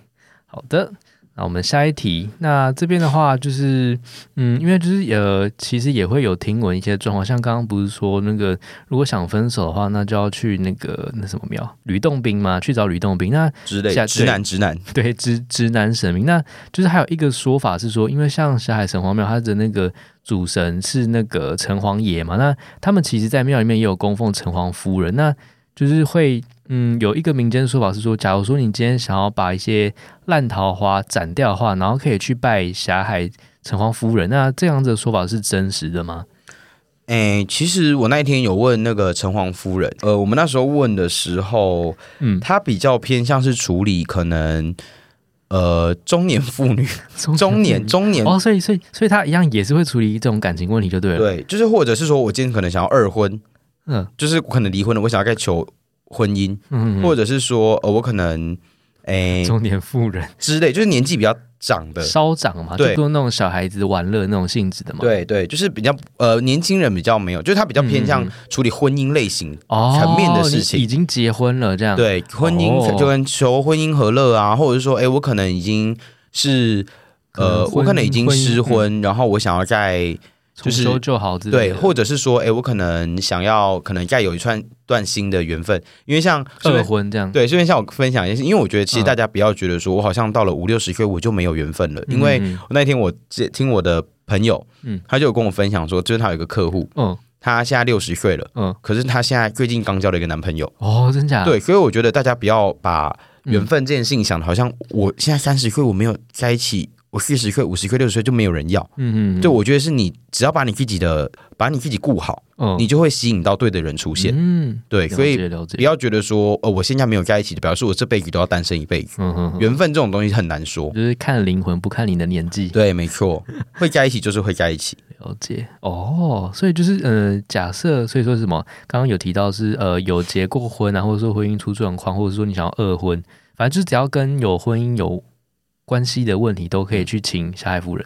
B: 好的，那我们下一题。那这边的话就是，嗯，因为就是呃，其实也会有听闻一些状况，像刚刚不是说那个，如果想分手的话，那就要去那个那什么庙，吕洞宾嘛，去找吕洞宾。那
A: 之类
B: 下
A: 直男直男，
B: (laughs) 对直直男神明，那就是还有一个说法是说，因为像霞海城隍庙，它的那个主神是那个城隍爷嘛，那他们其实，在庙里面也有供奉城隍夫人，那就是会。嗯，有一个民间说法是说，假如说你今天想要把一些烂桃花斩掉的话，然后可以去拜霞海城隍夫人，那这样子的说法是真实的吗？
A: 哎、其实我那一天有问那个城隍夫人，呃，我们那时候问的时候，
B: 嗯，
A: 她比较偏向是处理可能呃中年妇
B: (laughs)
A: 女、中年、中年、
B: 哦，所以所以所以他一样也是会处理这种感情问题就对了。，
A: 对，就是或者是说我今天可能想要二婚，
B: 嗯
A: 就是可能离婚了，我想要再求婚姻，
B: 嗯，
A: 或者是说呃我可能哎、
B: 嗯中年妇人。
A: 之类，就是年纪比较长的。
B: 稍长嘛，
A: 嗯
B: 就
A: 对
B: 不用那种小孩子玩乐那种性质的嘛。
A: 对对，就是比较呃年轻人比较没有，就是他比较偏向
B: 嗯
A: 处理婚姻类型，
B: 哦，
A: 层面的事情
B: 你已经结婚了这样。，
A: 对，婚
B: 哦
A: 姻就跟求婚姻和乐啊，或者是说，哎，我可能已经是呃，
B: 可能
A: 我可能已经
B: 婚姻
A: 失婚，然后我想要再
B: 重
A: 就是
B: 修就好之类
A: 对，
B: 的。
A: 或者是说，哎，我可能想要可能再有一串段新的缘分，因为像是不
B: 二
A: 是？
B: 婚这样。
A: 对，这边像我分享一件事，因为我觉得其实
B: 嗯
A: 大家不要觉得说我好像到了五六十岁我就没有缘分了，
B: 嗯，
A: 因为
B: 嗯
A: 那天我接听我的朋友，
B: 嗯
A: 他就有跟我分享说，就是他有一个客户，
B: 嗯
A: 他现在六十岁了，
B: 嗯，
A: 可是他现在最近刚交了一个男朋友，
B: 哦，真假？
A: 对，所以我觉得大家不要把
B: 嗯，
A: 缘分这件事情想的好像我现在三十岁我没有在一起，我四十岁、五十岁、六十岁就没有人要。
B: 嗯，嗯嗯，
A: 对，我觉得是你只要把你自己的把你自己顾好，
B: 嗯，
A: 你就会吸引到对的人出现。
B: 嗯，
A: 对，
B: 了
A: 所以
B: 解了
A: 不
B: 解，
A: 要觉得说，呃，我现在没有在一起，表示我这辈子都要单身一辈子。
B: 嗯哼哼，
A: 缘分这种东西很难说。
B: 就是看灵魂，不看你的年纪。
A: 对，没错，会在一起就是会在一起。
B: 了解哦，所以就是呃，假设所以说是什么？刚刚有提到是呃，有结过婚啊，或者说婚姻出状况，或者说你想要二婚，反正就是只要跟有婚姻有关系的问题，都
A: 嗯
B: 可以去请下海夫人。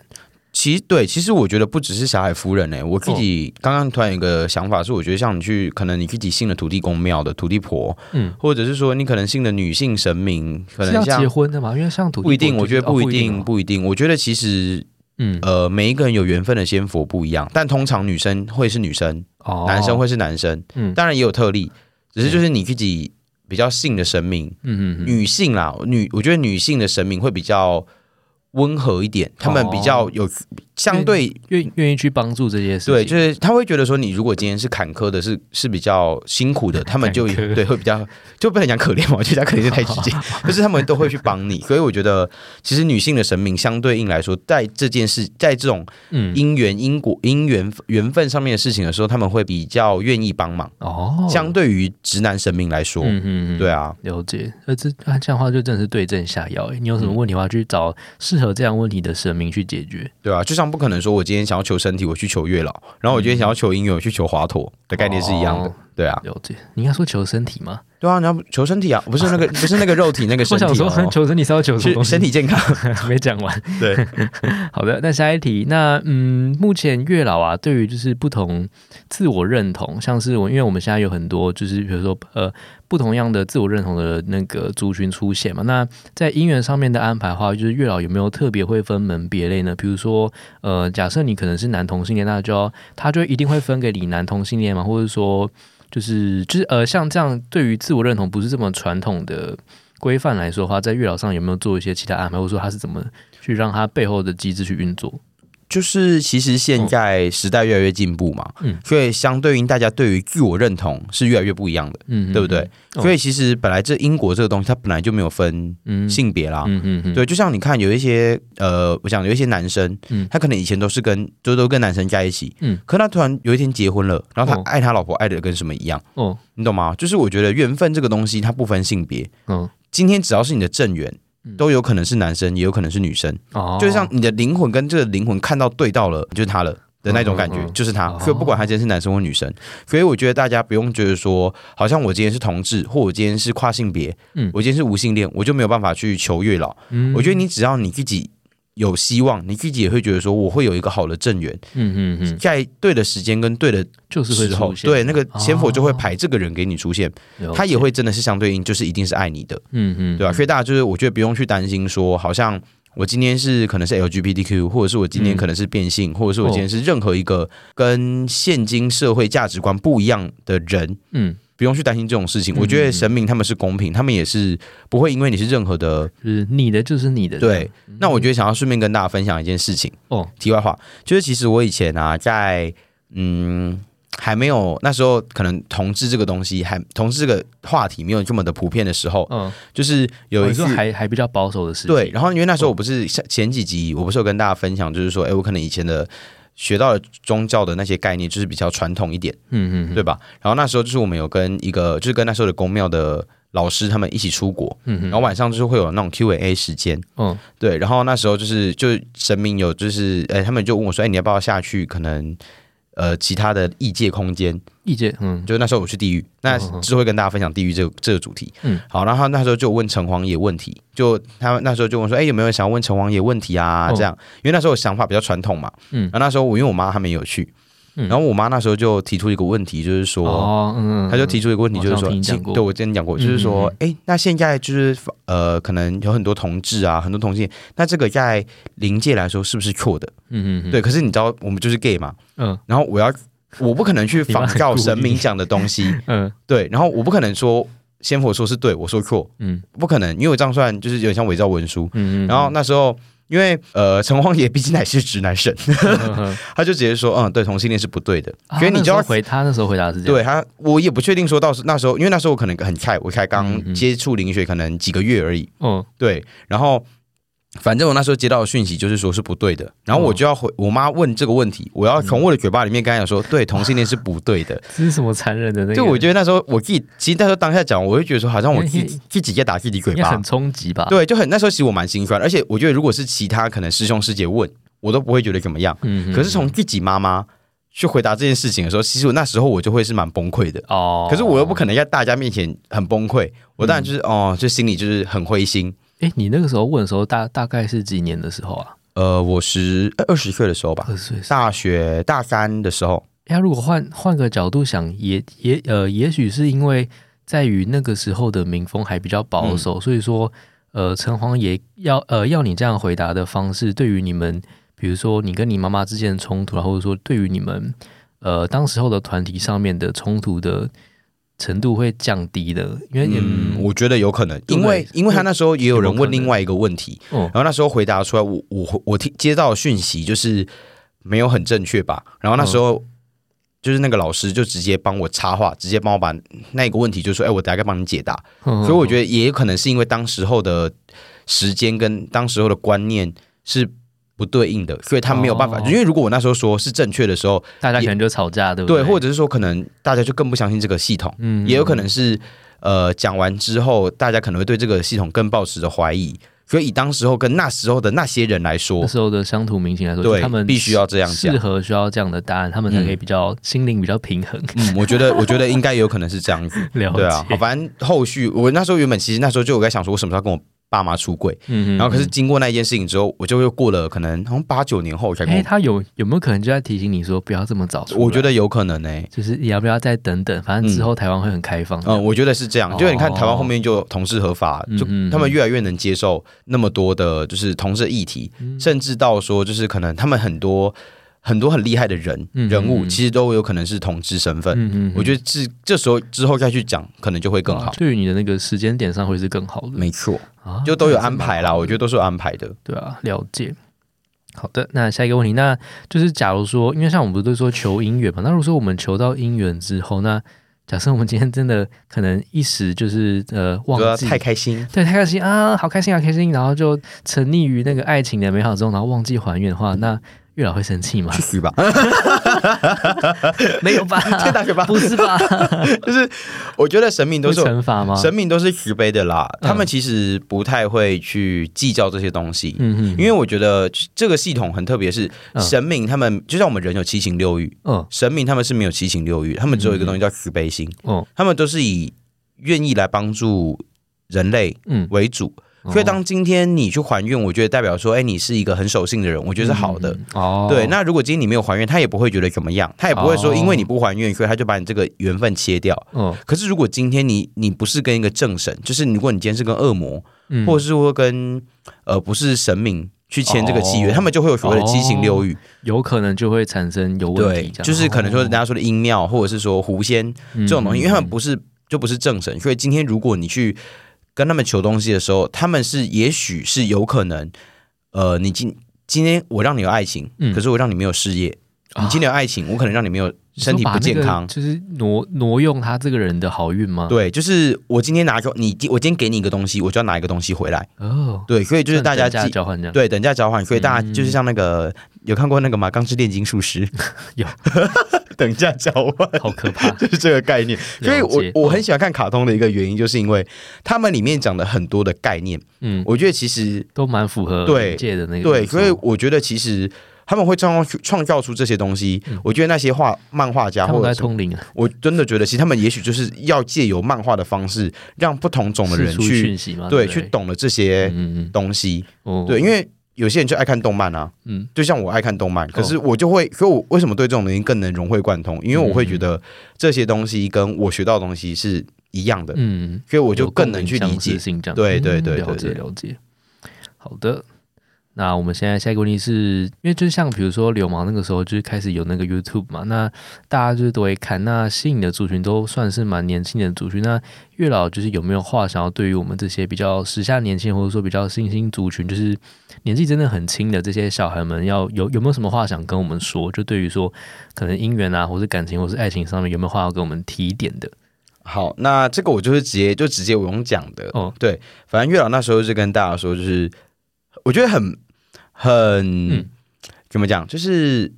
A: 其实对，其实我觉得不只是霞海夫人呢、我自
B: 哦
A: 己刚刚突然有一个想法是，我觉得像你去，可能你自己信了土地公庙的土地婆，
B: 嗯，
A: 或者是说你可能信的女性神明，可
B: 是
A: 能
B: 要
A: 像
B: 结婚的嘛？因为像土地
A: 不一定，
B: 公
A: 我觉得
B: 哦
A: 不一
B: 哦
A: 定，不一定。我觉得其实
B: 嗯，
A: 呃，每一个人有缘分的仙佛不一样，但通常女生会是女生，
B: 哦，
A: 男生会是男生，
B: 嗯
A: 当然也有特例，只是就是你自己比较信的神明，
B: 嗯嗯嗯，
A: 女性啦，女我觉得女性的神明会比较温和一点，他
B: 哦
A: 们比较有相对
B: 愿愿意去帮助这些事情，
A: 对，就是他会觉得说，你如果今天是坎坷的，是是比较辛苦的，他们就
B: 坎坷
A: 对会比较就不能讲可怜嘛，我觉得讲可怜就太
B: (laughs)
A: 直接，就是他们都会去帮你。所以我觉得，其实女性的神明相对应来说，在这件事，在这种
B: 嗯
A: 姻缘、因果、姻缘、缘分上面的事情的时候，他们会比较愿意帮忙，
B: 哦，
A: 相对于直男神明来说，
B: 嗯嗯嗯，
A: 对啊，
B: 了解，那这那这样的话就真的是对症下药诶。欸你有
A: 嗯
B: 什么问题的话，去找适合这样问题的神明去解决。
A: 对啊，就像不可能说我今天想要求身体，我去求月老，然后我今天想要求姻缘，我去求华佗的概念是一样的，
B: 嗯哦
A: 对啊，
B: 了解，你应该说求身体吗？
A: 对啊，你要求身体啊，不是
B: (laughs)
A: 那个不是那个肉体那个身
B: 我
A: 体、哦，
B: 想说求身体是要求什么
A: 是
B: 东西？
A: 身体健康。 (laughs)
B: 没讲完。
A: 对，
B: (laughs) 好的，那下一题，那嗯，目前月老啊，对于就是不同自我认同，像是我，因为我们现在有很多就是比如说呃不同样的自我认同的那个族群出现嘛，那在姻缘上面的安排的话，就是月老有没有特别会分门别类呢？比如说呃，假设你可能是男同性恋，那就要他就一定会分给你男同性恋嘛，或者说就是就是呃像这样对于自我认同不是这么传统的。规范来说的话，在月老上有没有做一些其他安排，或者说他是怎么去让它背后的机制去运作。
A: 就是其实现在时代越来越进步嘛，
B: 嗯
A: 所以相对应大家对于自我认同是越来越不一样的，
B: 嗯
A: 对不对？？
B: 哦
A: 所以其实本来这英国这个东西，它本来就没有分
B: 嗯，
A: 性别啦。
B: 嗯嗯嗯，
A: 对，就像你看，有一些呃，我想有一些男生，
B: 嗯
A: 他可能以前都是跟都都跟男生在一起，
B: 嗯
A: 可他突然有一天结婚了，然后他
B: 哦
A: 爱他老婆爱的跟什么一样，
B: 哦，
A: 你懂吗？就是我觉得缘分这个东西，它不分性别，
B: 嗯
A: 今天只要是你的正缘
B: 嗯，
A: 都有可能是男生，也有可能是女生。
B: 哦，
A: 就像你的灵魂跟这个灵魂看到对到了，就是他了。的那种感觉
B: 嗯嗯嗯
A: 就是他，
B: 哦
A: 所以不管他今天是男生或女生，所以我觉得大家不用觉得说，好像我今天是同志，或我今天是跨性别，
B: 嗯
A: 我今天是无性恋，我就没有办法去求月老。
B: 嗯，
A: 我觉得你只要你自己有希望，你自己也会觉得说，我会有一个好的正缘，
B: 嗯嗯嗯，
A: 在对的时间跟对的
B: 就是会
A: 时候
B: 出，现，
A: 对那个仙佛就会
B: 哦
A: 排这个人给你出现，
B: 了解
A: 他也，会真的是相对应，就是一定是爱你的。
B: 嗯嗯，
A: 对吧、所啊以大家就是我觉得不用去担心说，好像我今天是可能是 LGBTQ，或者是我今天
B: 嗯哦
A: 可能是变性，或者是我今天是任何一个跟现今社会价值观不一样的人。
B: 嗯，
A: 不用去担心这种事情，
B: 嗯
A: 我觉得神明他们是公平，他们也是不会因为你是任何的。
B: 就是你的就是你的，嗯
A: 对，那我觉得想要顺便跟大家分享一件事情，
B: 哦，
A: 题外话，就是其实我以前啊，在嗯还没有那时候，可能同志这个东西还同志这个话题没有这么的普遍的时候，
B: 嗯，
A: 就是有
B: 哦
A: 一
B: 你
A: 次
B: 说还还比较保守的事情，
A: 对，然后因为
B: 嗯
A: 那时候我不是像前几集，我不是有跟大家分享，就是说，哎，我可能以前的学到的宗教的那些概念，就是比较传统一点，
B: 嗯嗯，
A: 对吧？然后那时候就是我们有跟一个，就是跟那时候的公庙的老师他们一起出国，
B: 嗯嗯，
A: 然后晚上就是会有那种 Q&A 时间，
B: 嗯
A: 对，然后那时候就是就神明有就是，哎，他们就问我说，哎，你要不要下去？可能。呃，其他的异界空间，
B: 意见，嗯
A: 就那时候我去地狱，那
B: 嗯嗯嗯
A: 之后会跟大家分享地狱这个这个主题。
B: 嗯
A: 嗯，好，然后他那时候就问城隍爷问题，就他那时候就问说，哎、有没有人想要问城隍爷问题啊？
B: 哦
A: 这样，因为那时候我想法比较传统嘛。
B: 嗯
A: 嗯，然后那时候我因为我妈他们也有去，
B: 嗯
A: 然后我妈那时候就提出一个问题，就是说。
B: 哦嗯，嗯
A: 她就提出一个问题，
B: 嗯
A: 就是
B: 好
A: 说，
B: 像听你讲
A: 现
B: 过
A: 对我之前讲过，就是说
B: 嗯，
A: 哎、那现在就是呃，可能有很多同志啊，很多同性，那这个在灵界来说是不是错的？
B: 嗯嗯嗯，
A: 对，可是你知道我们就是 gay 嘛，
B: 嗯
A: 然后我要我不可能去
B: (laughs) 你妈
A: 仿
B: 很
A: 照
B: 故
A: 神
B: 意
A: 明讲的东西，
B: 嗯
A: 对，然后我不可能说仙佛说是对，我说错，
B: 嗯
A: 不可能，因为我这样算就是有点像伪造文书。
B: 嗯，嗯
A: 然后那时候，因为呃，城隍爷毕竟乃是直男神，
B: 嗯嗯嗯
A: (laughs) 他就直接说，嗯，对，同性恋是不对的，
B: 啊
A: 所以你就
B: 那时候
A: 要。
B: 回他那时候回答是这样，
A: 对他，我也不确定说到时那时候，因为那时候我可能很菜，我才
B: 嗯
A: 刚
B: 嗯
A: 接触灵学，可能几个月而已。
B: 嗯
A: 对，然后反正我那时候接到的讯息就是说是不对的，然后
B: 哦
A: 我就要回我妈问这个问题，我要
B: 嗯
A: 从我的嘴巴里面跟她讲说，对，同性恋是不对的。
B: 这是什么残忍的那个？
A: 就我觉得那时候我自己，其实那时候当下讲，我就觉得说好像我自
B: 因为
A: 己自己在打自己嘴
B: 应该
A: 巴
B: 很，冲击吧？，
A: 对，就很那时候其实我蛮心酸，而且我觉得如果是其他可能师兄师姐问我都不会觉得怎么样，
B: 嗯哼
A: 可是从自己妈妈去回答这件事情的时候，其实我那时候我就会是蛮崩溃的。
B: 哦，
A: 可是我又不可能在大家面前很崩溃，我当然
B: 嗯
A: 就是、哦，就心里就是很灰心。
B: 哎，你那个时候问的时候，大大概是几年的时候啊？
A: 呃，我十二十岁的时候吧，
B: 二十岁。
A: 大学大三的时候，
B: 哎，如果换换个角度想，也也呃，也许是因为在于那个时候的民风还比较保
A: 嗯
B: 守，所以说呃，城隍爷要呃要你这样回答的方式，对于你们，比如说你跟你妈妈之间的冲突啊，或者说对于你们呃当时候的团体上面的冲突的程度会降低的，因为
A: 嗯，
B: 嗯
A: 我觉得有可能，
B: 对
A: 因为因为他那时候也有人
B: 有可
A: 问
B: 能
A: 另外一个问题，
B: 哦
A: 然后那时候回答出来，我我我听接到的讯息就是没有很正确吧，然后那时
B: 嗯
A: 候。就是那个老师就直接帮我插话，直接帮我把那个问题就说，哎、我大概帮你解答。
B: 嗯
A: 所以我觉得也有可能是因为当时候的时间跟当时候的观念是不对应的，所以他没有办法。
B: 哦
A: 因为如果我那时候说是正确的时候，
B: 嗯大家可能就吵架，对不
A: 对，
B: 对，
A: 或者是说可能大家就更不相信这个系统，
B: 嗯
A: 也有可能是呃讲完之后，大家可能会对这个系统更抱持着怀疑。所以以当时候跟那时候的那些人来说
B: 那，时候的乡土民情来说，
A: 对
B: 就他们
A: 必须要这样讲
B: 适合需要这样的答案，他们才可以比较、心灵比较平衡。
A: 嗯，我觉得 (laughs) 我觉得应该有可能是这样子，
B: (laughs) 了解，
A: 对啊。好，反正后续我那时候原本其实那时候就有在想说，我什么时候要跟我爸妈出柜。
B: 嗯嗯
A: 然后可是经过那一件事情之后，我就又过了可能好像八九年后我才跟
B: 哎、
A: 我
B: 他有有没有可能就在提醒你说不要这么早出来？
A: 我觉得有可能呢、欸
B: 就是你要不要再等等，反正之后台湾会很开放。
A: 嗯，我觉得是这样，
B: 哦
A: 就你看台湾后面就同事合法，
B: 嗯
A: 就
B: 嗯
A: 他们越来越能接受那么多的，就是同事议题，
B: 嗯
A: 甚至到说就是可能他们很多很多很厉害的人
B: 嗯
A: 人物，
B: 嗯
A: 其实都有可能是同志身份。
B: 嗯嗯
A: 我
B: 得
A: 觉得是这时候之后再去讲，可能就会更好。
B: 对于你的那个时间点上会是更好的，
A: 没错，
B: 啊
A: 就都有安排啦，我觉
B: 得
A: 得都是有安排的。
B: 对啊，了解。好的，那下一个问题，那就是假如说，因为像我们不是都说求姻缘嘛，那如果说我们求到姻缘之后，那假设我们今天真的可能一时就是呃忘
A: 对啊，
B: 记
A: 太开心， (laughs)
B: 对，太开心啊，好开心，好开心，然后就沉溺于那个爱情的美好中，然后忘记还愿的话，那月老会生气
A: (laughs)
B: 吗
A: 去？死吧！
B: 没有吧？
A: 去大学吧！
B: 不
A: (laughs)
B: 是吧？
A: 就是我觉得神明都
B: 会
A: 是有
B: 惩罚吗？
A: 神明都是慈悲的啦，
B: 嗯
A: 他们其实不太会去计较这些东西。
B: 嗯嗯，
A: 因为我觉得这个系统很特别，是
B: 嗯
A: 神明他们就像我们人有七情六欲，
B: 嗯
A: 神明他们是没有七情六欲，他们只有一个东西叫慈悲心，
B: 哦
A: 他们都是以愿意来帮助人类
B: 嗯，
A: 为主。
B: 哦
A: 所以当今天你去还愿，我觉得代表说，哎，你是一个很守信的人，我觉得是好的。
B: 嗯哦，
A: 对，那如果今天你没有还愿，他也不会觉得怎么样，他也不会说
B: 哦
A: 因为你不还愿，所以他就把你这个缘分切掉。
B: 嗯
A: 可是如果今天你你不是跟一个正神，就是如果你今天是跟恶魔，
B: 嗯，
A: 或者是说跟呃不是神明去签这个契约，
B: 哦
A: 他们就会有所谓的七情六欲，
B: 有可能就会产生有问
A: 对
B: 题，这样，哦嗯
A: 就是可能说人家说的阴庙或者是说狐仙
B: 这
A: 这种东西，因为他们不是就不是正神，所以今天如果你去跟他们求东西的时候，他们是也许是有可能，呃，你今今天我让你有爱情，
B: 嗯啊
A: 可是我让你没有事业，你今天有爱情，我可能让你没有身体不健康。
B: 就是挪挪用他这个人的好运吗？，
A: 对，就是我今天拿出你，我今天给你一个东西，我就要拿一个东西回来。
B: 哦，
A: 对，所以就是大家
B: 价
A: 记
B: 交换这样，
A: 对，等价交换，所以大家
B: 嗯
A: 就是像那个、有看过那个吗？《钢之炼金术师》
B: 有
A: (laughs) 等价交换，，
B: 好可怕
A: (laughs) 就是这个概念。所以
B: 了
A: 我
B: 解嗯
A: 我很喜欢看卡通的一个原因，就是因为他们里面讲的很多的概念， (laughs)
B: 嗯，
A: 我觉得其实
B: 都蛮符合
A: 对
B: 本界的那个
A: 对，
B: 元素
A: 所以我觉得其实。他们会创造创造出这些东西，我觉得那些画漫画家
B: 嗯他
A: 或
B: 们都
A: 者
B: 在
A: 是
B: 通灵啊，
A: 我真的觉得，其实他们也许就是要借由漫画的方式，让不同种的人
B: 释出
A: 去
B: 讯息嘛，
A: 对
B: 不
A: 去懂了这些
B: 嗯嗯嗯
A: 东西。
B: 哦，
A: 对，因为有些人就爱看动漫啊，
B: 嗯哦
A: 就像我爱看动漫，可是我就会，所以我为什么对这种东西更能融会贯通？因为我会
B: 嗯
A: 觉得这些东西跟我学到的东西是一样的，
B: 嗯，
A: 所以我就更能去
B: 有共
A: 理
B: 鸣相
A: 解
B: 似。性这样，
A: 对对对
B: 嗯了解
A: 对对
B: 了解。好的，那我们现在下一个问题是，因为就是像比如说流氓那个时候就是开始有那个 YouTube 嘛，那大家就是都会看，那吸引的族群都算是蛮年轻的族群。那月老就是有没有话想要对于我们这些比较时下年轻人或者说比较新兴族群，就是年纪真的很轻的这些小孩们要，有有没有什么话想跟我们说？就对于说可能姻缘啊，或是感情，或是爱情上面有没有话要跟我们提点的？
A: 好，那这个我就是直接就直接我用讲的。
B: 哦
A: 对，反正月老那时候就跟大家说，就是我觉得很很、
B: 嗯
A: 怎么讲，就是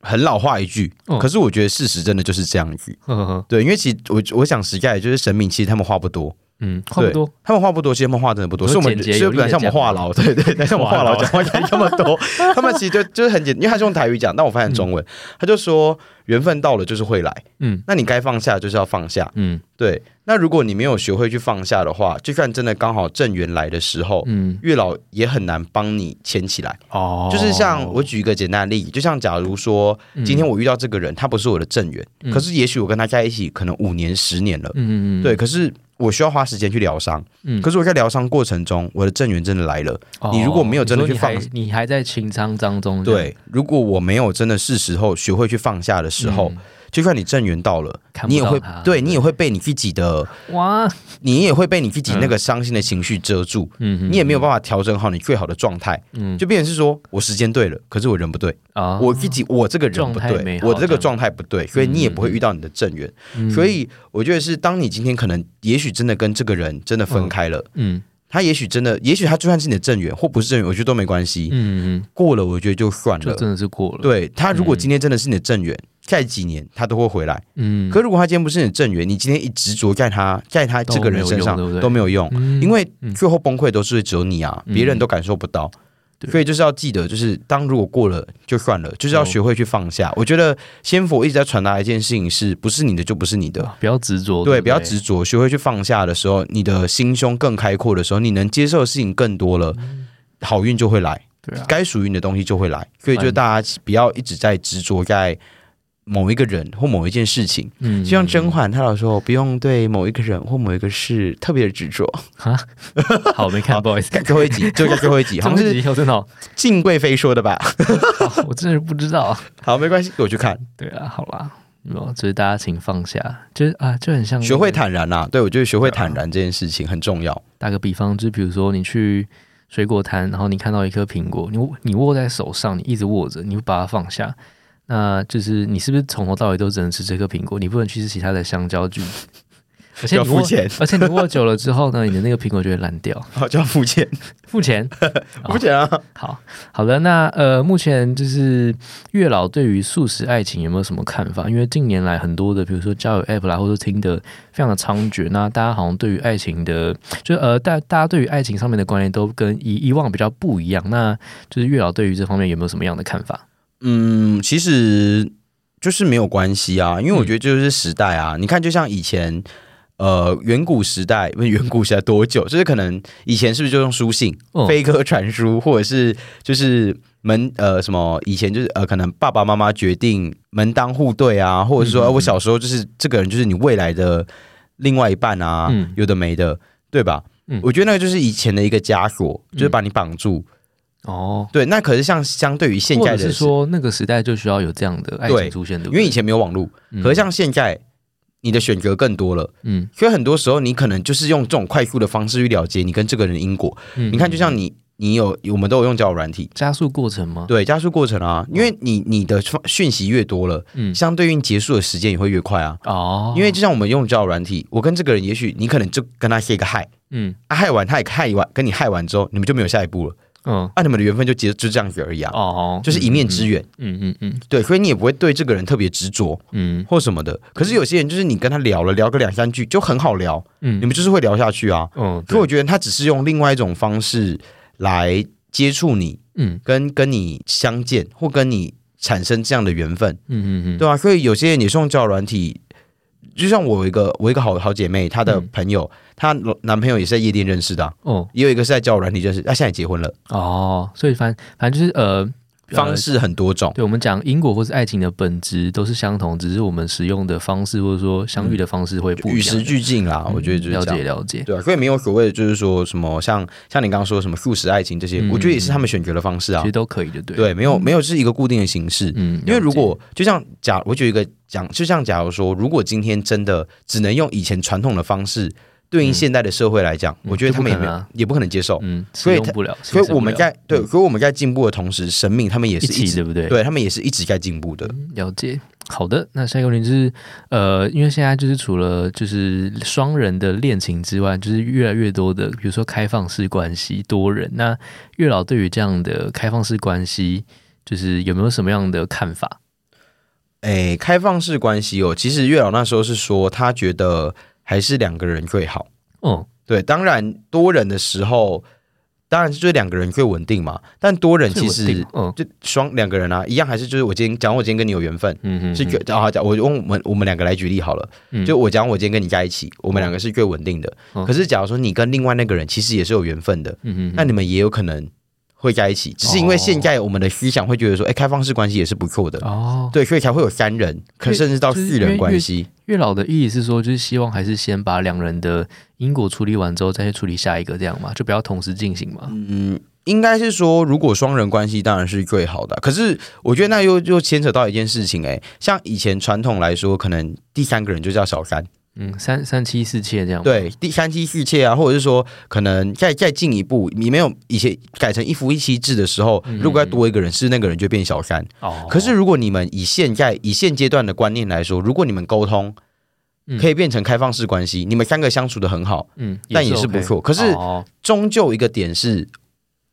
A: 很老话一句。
B: 哦
A: 可是我觉得事实真的就是这样子。
B: 呵呵呵，
A: 对，因为其实我我想实在就是神明，其实他们话不多，
B: 嗯，差不
A: 对
B: 多，
A: 他们话不多，其实他们话真的不多，
B: 你
A: 是
B: 说
A: 我们
B: 简洁
A: 是
B: 有
A: 不
B: 力
A: 然
B: 地
A: 像我们
B: 讲
A: 话痨，对对对，像我们话痨讲话讲那么多， (laughs) 他们其实就就是很简，因为他是用台语讲，但我翻译成中文，他就说缘分到了就是会来，
B: 嗯
A: 那你该放下就是要放下，
B: 嗯
A: 对，那如果你没有学会去放下的话，就算真的刚好正缘来的时候，
B: 嗯，
A: 月老也很难帮你牵起来。
B: 哦，
A: 就是像我举一个简单的例子，就像假如说今天
B: 我，
A: 我遇到这个人，他不是我的正缘，
B: 嗯
A: 可是也许我跟他在一起可能五年、十年了，
B: 嗯嗯嗯，
A: 对，，可是我需要花时间去疗伤。
B: 嗯哦
A: 可是我在疗伤过程中，我的正缘真的来了。你如果没有真的去放
B: 你说你还，你还在情商当中，
A: 对，如果我没有真的是时候学会去放下的时候，
B: 嗯
A: 就算你正缘到了，
B: 看
A: 你也
B: 不到
A: 会
B: 他
A: 对你也会被你自己的，
B: 哇，
A: 你也会被你自己那个伤心的情绪遮住。
B: 嗯，
A: 你也没有办法调整好你最好的状态，
B: 嗯
A: 就变成是说我时间对了，可是我人不对，
B: 啊，
A: 我自己我这个人不
B: 状态
A: 对
B: 没，好
A: 我这
B: 这
A: 个
B: 样
A: 状态不对，所以你也不会遇到你的正缘。
B: 嗯
A: 所，以我觉得是，当你今天可能也许真的跟这个人真的分开了，
B: 嗯
A: 他也许真的，也许他就算是你的正缘或不是正缘，我觉得都没关系，
B: 嗯嗯，
A: 过了我觉得就算
B: 就
A: 了。
B: 真的是过了，，
A: 呃对他如果今天真的是你的正缘，下几年他都会回来。
B: 嗯，
A: 可如果他今天不是你的正缘，你今天一执着在他在他这个人身上
B: 都没有用对不对
A: 都没有用，
B: 嗯
A: 因为
B: 嗯
A: 最后崩溃都是只有你啊，
B: 嗯
A: 别人都感受不到。
B: 对
A: 所以就是要记得，就是当如果过了就算了，就是要
B: 哦
A: 学会去放下。我觉得仙佛一直在传达一件事情是不是你的就不是你的，
B: 啊不要执着，
A: 对，
B: 不
A: 不要执着，学会去放下的时候，你的心胸更开阔的时候，你能接受的事情更多了，
B: 嗯
A: 好运就会来，
B: 对啊，
A: 该属于你的东西就会来。所以就
B: 嗯
A: 大家不要一直在执着在某一个人或某一件事情，
B: 嗯
A: 就像甄嬛，她老说不用对某一个人或某一个事特别的执 (laughs) 着。
B: 好没看，不好意思，
A: 看最后一 (laughs) 集，就在最后一集，好像
B: 这
A: 是
B: 集我真的好，哦
A: 敬贵妃说的吧？
B: 好我真的不知道，
A: (laughs) 好，没关系，我去看，
B: 对啊，好啦。没有，就是大家请放下，就是啊，就很像那
A: 学会
B: 个
A: 坦然啦、嗯啊对，我觉得学会坦然这件事情很重要。
B: 打个比方，就比如说你去水果摊，然后你看到一颗苹果，你握你握在手上，你一直握着，你不把它放下，那就是你是不是从头到尾都只能吃这颗苹果，你不能去吃其他的香蕉、橘子？ (laughs) 而且
A: 要
B: 你握
A: 付钱，
B: 而且你握久了之后呢，你的那个苹果就会烂掉。
A: 好，就要付钱，
B: 付钱，
A: 付钱啊！
B: 好好的。那呃，目前就是月老对于素食爱情有没有什么看法？因为近年来很多的，比如说交友 App 啦，或者听的非常的猖獗，那大家好像对于爱情的，就呃，大大家对于爱情上面的观念都跟以以往比较不一样。那就是月老对于这方面有没有什么样的看法？
A: 嗯，其实就是没有关系啊，因为
B: 嗯
A: 我觉得就是时代啊。你看，就像以前。呃，远古时代不是远古时代多久？就是可能以前是不是就用书信、
B: 哦
A: 飞鸽传书，或者是就是门呃什么？以前就是呃，可能爸爸妈妈决定门当户对啊，或者是说、
B: 嗯嗯
A: 呃我小时候就是这个人就是你未来的另外一半啊，
B: 嗯
A: 有的没的，对吧？
B: 嗯
A: 我觉得那个就是以前的一个枷锁，就是把你绑住。
B: 哦，
A: 对，那可是像相对于现
B: 或
A: 在
B: 者
A: 的
B: 是说那个时代就需要有这样的爱
A: 对
B: 情出现，对不
A: 因为
B: 对
A: 以前没有网络，
B: 嗯
A: 可是像现在，你的选择更多了，
B: 嗯
A: 所以很多时候你可能就是用这种快速的方式去了解你跟这个人的因果。
B: 嗯
A: 你看，就像你，你有我们都有用交友软体，
B: 加速过程吗？
A: 对加速过程啊，因为你你的讯息越多了，
B: 嗯
A: 相对应结束的时间也会越快啊。
B: 哦，
A: 因为就像我们用交友软体，我跟这个人，也许你可能就跟他 say 个嗨，
B: 嗯
A: 啊嗨完他也嗨完，跟你嗨完之后，你们就没有下一步了，
B: 嗯
A: 啊你们的缘分就结就这样子而已啊，
B: 哦，
A: 就是一面之缘。
B: 嗯嗯嗯
A: 对，所以你也不会对这个人特别执着。
B: 嗯
A: 或什么的。可是有些人就是你跟他聊了聊个两三句就很好聊，
B: 嗯
A: 你们就是会聊下去啊。
B: 嗯，
A: 所以我觉得他只是用另外一种方式来接触你，
B: 嗯
A: 跟跟你相见或跟你产生这样的缘分，
B: 嗯嗯嗯，
A: 对啊，所以有些人也是用交友软体。就像我有一个我有一个好好姐妹，她的
B: 嗯
A: 朋友，她男朋友也是在夜店认识的啊、
B: 哦
A: 也有一个是在交友软体认识，她现在也结婚了，
B: 哦，所以反反正就是呃，
A: 方式很多种。
B: 对我们讲因果或是爱情的本质都是相同，只是我们使用的方式或者说相遇的方式会不一
A: 嗯
B: 样。嗯
A: 与时俱进啦，我觉得就是这样。
B: 了解了解，
A: 对啊，所以没有所谓的，就是说什么像像你刚刚说什么素食爱情这些，
B: 嗯
A: 我觉得也是他们选择的方式啊
B: 其实。都可以的，对。
A: 对，没有没有是一个固定的形式，
B: 嗯，
A: 因为如
B: 了
A: 果就像假，我举一个讲，就像假如说，如果今天真的只能用以前传统的方式对应现代的社会来讲，
B: 嗯
A: 我觉得他们也没有、
B: 就不可能啊
A: 也不可能接受。
B: 嗯，
A: 所以
B: 使用
A: 它
B: 不了，
A: 所以
B: 形成
A: 我们
B: 不了嗯
A: 在对，所以我们在进步的同时，生命他们也
B: 一
A: 是一
B: 起，
A: 直
B: 对不对？嗯
A: 对他们也是一直在进步的。
B: 了解。好的，那下一个问题就是，呃，因为现在就是除了就是双人的恋情之外，就是越来越多的，比如说开放式关系、多人。那月老对于这样的开放式关系，就是有没有什么样的看法？
A: 哎，开放式关系哦，其实月老那时候是说，他觉得还是两个人最好。
B: 哦，
A: 对，当然多人的时候，当然是就是两个人最稳定嘛。但多人其
B: 最稳
A: 实
B: 定嗯
A: 就双两个人啊，一样还是就是我今天讲我今天跟你有缘分，
B: 嗯哼
A: 是
B: 哼
A: 最啊，讲我用我们我们两个来举例好了，
B: 嗯
A: 就我讲我今天跟你在一起，我们两个是最稳定的。
B: 嗯
A: 可是假如说你跟另外那个人其实也是有缘分的，
B: 嗯哼
A: 那你们也有可能会在一起，只是因为现在我们的思想会觉得说，哎、开放式关系也是不错的。
B: 哦，
A: 对，所以才会有三人，可
B: 对
A: 甚至到
B: 就是
A: 四
B: 因为
A: 人关
B: 越
A: 系。
B: 月老的意思是说，就是希望还是先把两人的因果处理完之后，再去处理下一个，这样嘛，就不要同时进行嘛。
A: 嗯，应该是说，如果双人关系当然是最好的，可是我觉得那又又牵扯到一件事情、哎，像以前传统来说，可能第三个人就叫小三，
B: 嗯，三三妻四妾这样。，
A: 对，第三妻四妾啊，或者是说可能再再进一步，你没有以前改成一夫一妻制的时候，如果要多一个人，是那个人就变小三。
B: 嗯哦，
A: 可是如果你们以现在以现阶段的观念来说，如果你们沟通
B: 嗯。
A: 可以变成开放式关系，你们三个相处的很好，
B: 嗯，
A: 但也是不
B: OK
A: 错可是
B: 哦
A: 终究一个点是，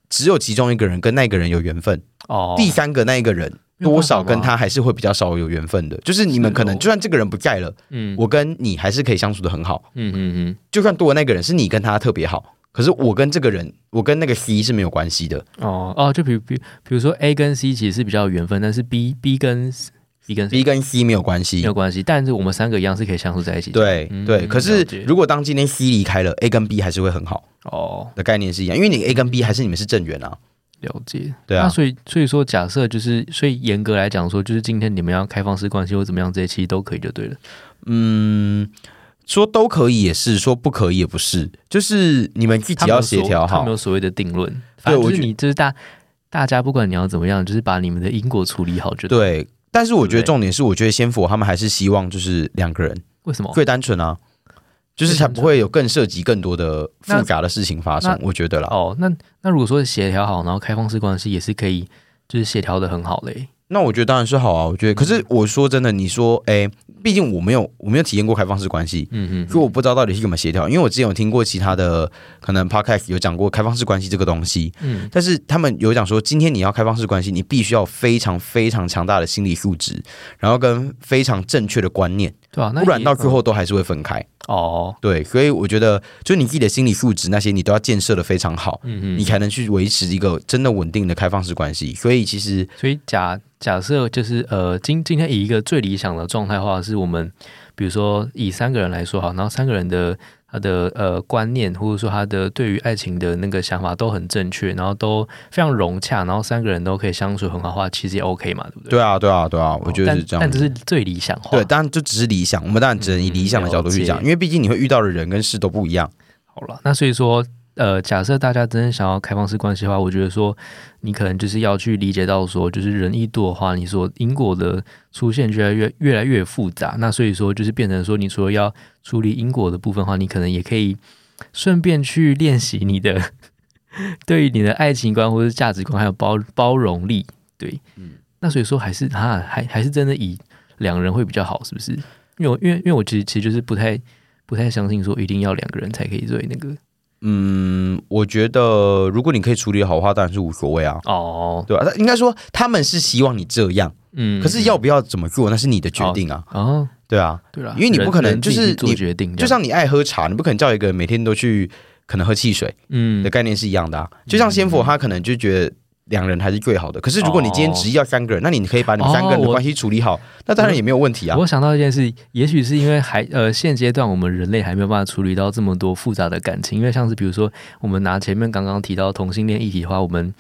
A: 只有其中一个人跟那个人有缘分，
B: 哦，嗯
A: 第三个那一个人
B: 没有办法
A: 多少跟
B: 吗
A: 他还是会比较少有缘分的。就是你们
B: 是
A: 可能
B: 哦
A: 就算这个人不在了，
B: 嗯
A: 我跟你还是可以相处的很好。
B: 嗯嗯
A: 就算多的那个人是你跟他特别好，可是我跟这个人，我跟那个 C 是没有关系的。
B: 嗯，哦哦，就比如比如比如说 A 跟 C 其实是比较有缘分，但是 B B 跟 B 跟
A: B 跟 C 没有关
B: 没
A: 系
B: 有。关系，但是我们三个一样是可以相处在一起的。
A: 对
B: 嗯
A: 对，可是
B: 了解
A: 如果当今天 C 离开了，A 跟 B 还是会很好
B: 哦，
A: 的概念是一样，因为你 A 跟 B 还是你们是正缘啊，
B: 了解。
A: 对
B: 那
A: 啊，
B: 所以所以说，假设就是，所以严格来讲说，就是今天你们要开放式关系或怎么样这些，其实都可以就对了。
A: 嗯，说都可以也是，说不可以也不是，就是你们自己
B: 他没
A: 要
B: 有
A: 协
B: 所
A: 调
B: 他
A: 好
B: 没。有所谓的定论。反正
A: 我
B: 就是
A: 觉
B: 你就是大大家不管你要怎么样，就是把你们的因果处理好就了。
A: 对，但是我觉得
B: 对不对
A: 重点是，我觉得仙佛他们还是希望就是两个人
B: 为什么？
A: 最单纯啊，就是才不会有更涉及更多的复杂的事情发生
B: 那。
A: 我觉得啦，
B: 哦，那那如果说协调好，然后开放式关系也是可以，就是协调的很好嘞。
A: 那我觉得当然是好啊，我觉得。可是我说真的，你说，哎、毕竟我没有我没有体验过开放式关系，
B: 嗯嗯，
A: 所以我不知道到底是怎么协调。因为我之前有听过其他的可能 podcast 有讲过开放式关系这个东西，
B: 嗯，
A: 但是他们有讲说，今天你要开放式关系，你必须要非常非常强大的心理素质，然后跟非常正确的观念，
B: 对啊，那
A: 不然
B: 也
A: 到最后都还是会分开。
B: 哦，
A: 对，所以我觉得，就你自己的心理素质那些，你都要建设的非常好。
B: 嗯
A: 你
B: 嗯，
A: 才能去维持一个真的稳定的开放式关系，所以其实
B: 所以假假设就是呃，今今天以一个最理想的状态的话，是我们比如说以三个人来说好，然后三个人的他的呃观念或者说他的对于爱情的那个想法都很正确，然后都非常融洽，然后三个人都可以相处很好的话，其实也 OK 嘛，对不对？
A: 对啊，对啊，对啊，我觉得是这样
B: 哦但但这是最理想化。
A: 对，当然就只是理想，我们当然只能以理想的角度去
B: 嗯了
A: 讲，
B: 解
A: 因为毕竟你会遇到的人跟事都不一样。
B: 好了，那所以说，呃，假设大家真的想要开放式关系的话，我觉得说，你可能就是要去理解到说，就是人一多的话，你所因果的出现越来越越来越复杂。那所以说，就是变成说，你除了要处理因果的部分的话，你可能也可以顺便去练习你的 (laughs) 对于你的爱情观或者价值观，还有包包容力。对，那所以说还是哈，还还是真的以两人会比较好，是不是？因为我因为因为我其实其实就是不太不太相信说一定要两个人才可以对那个
A: 嗯，我觉得如果你可以处理好的话，当然是无所谓啊，
B: 哦，
A: 对吧、啊？应该说他们是希望你这样，
B: 嗯
A: 可是要不要怎么做，那是你的决定啊，
B: 哦，
A: 对啊。
B: 对了，
A: 因为你不可能
B: 人
A: 就是
B: 人自己去做
A: 你
B: 决定这
A: 就
B: 样，
A: 像你爱喝茶，你不可能叫一个人每天都去可能喝汽水
B: 嗯
A: 的概念是一样的啊。就像仙佛，他可能就觉得。两人还是最好的，可是如果你今天
B: 哦
A: 执意要三个人，那你可以把你们三个人
B: 哦
A: 的
B: 我
A: 关系处理好，那当然也没有问题啊。
B: 我想到一件事，也许是因为还呃，现阶段我们人类还没有办法处理到这么多复杂的感情，因为像是比如说，我们拿前面刚刚提到同性恋议题的话，我们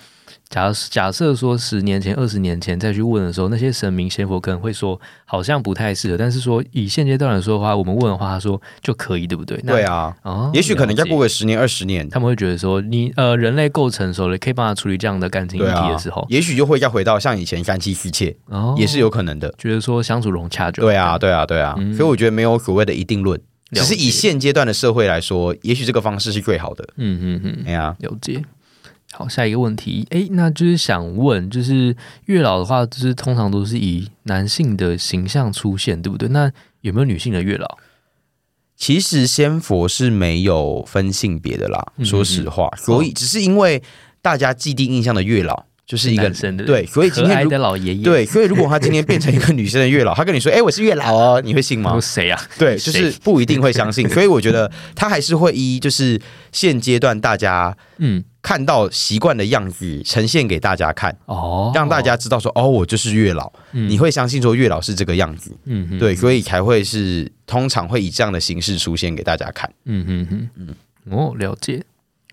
B: 假假设说十年前、二十年前再去问的时候，那些神明仙佛可能会说好像不太适合，但是说以现阶段来说的话，我们问的话，他说就可以，对不对？那
A: 对啊，
B: 哦，
A: 也许可能再
B: 了解
A: 过个十年二十年，
B: 他们会觉得说，你呃，人类够成熟了，可以帮他处理这样的感情议
A: 对
B: 题
A: 啊
B: 的时候，，
A: 也许就会再回到像以前三妻四妾，
B: 哦
A: 也是有可能的。
B: 觉得说相处融洽就好
A: 对啊，，对啊，对啊，
B: 嗯
A: 所以我觉得没有所谓的一定论，只是
B: 了解
A: 以现阶段的社会来说，也许这个方式是最好的。
B: 嗯嗯嗯，
A: 哎呀，
B: 了解。好，下一个问题，诶，那就是想问，就是月老的话，就是通常都是以男性的形象出现，对不对？那有没有女性的月老？
A: 其实仙佛是没有分性别的啦，
B: 嗯
A: 说实话，所以只是因为大家既定印象的月老就是一个
B: 男生的，
A: 对，所以今
B: 可
A: 天
B: 爱
A: 如
B: 的老爷爷，，
A: 对，所以如果他今天变成一个女生的月老， (laughs) 他跟你说：“哎、我是月老哦。”你会信吗
B: 有？谁啊？
A: 对，就是不一定会相信。
B: (laughs)
A: 所以我觉得他还是会依就是现阶段大家
B: 嗯，
A: 看到习惯的样子呈现给大家看，
B: 哦，
A: 让大家知道说：“哦，我就是月老。
B: 嗯
A: 你，会相信说月老是这个样子，
B: 嗯嗯
A: 对，所以才会是通常会以这样的形式出现给大家看。
B: 嗯嗯嗯嗯，哦，了解。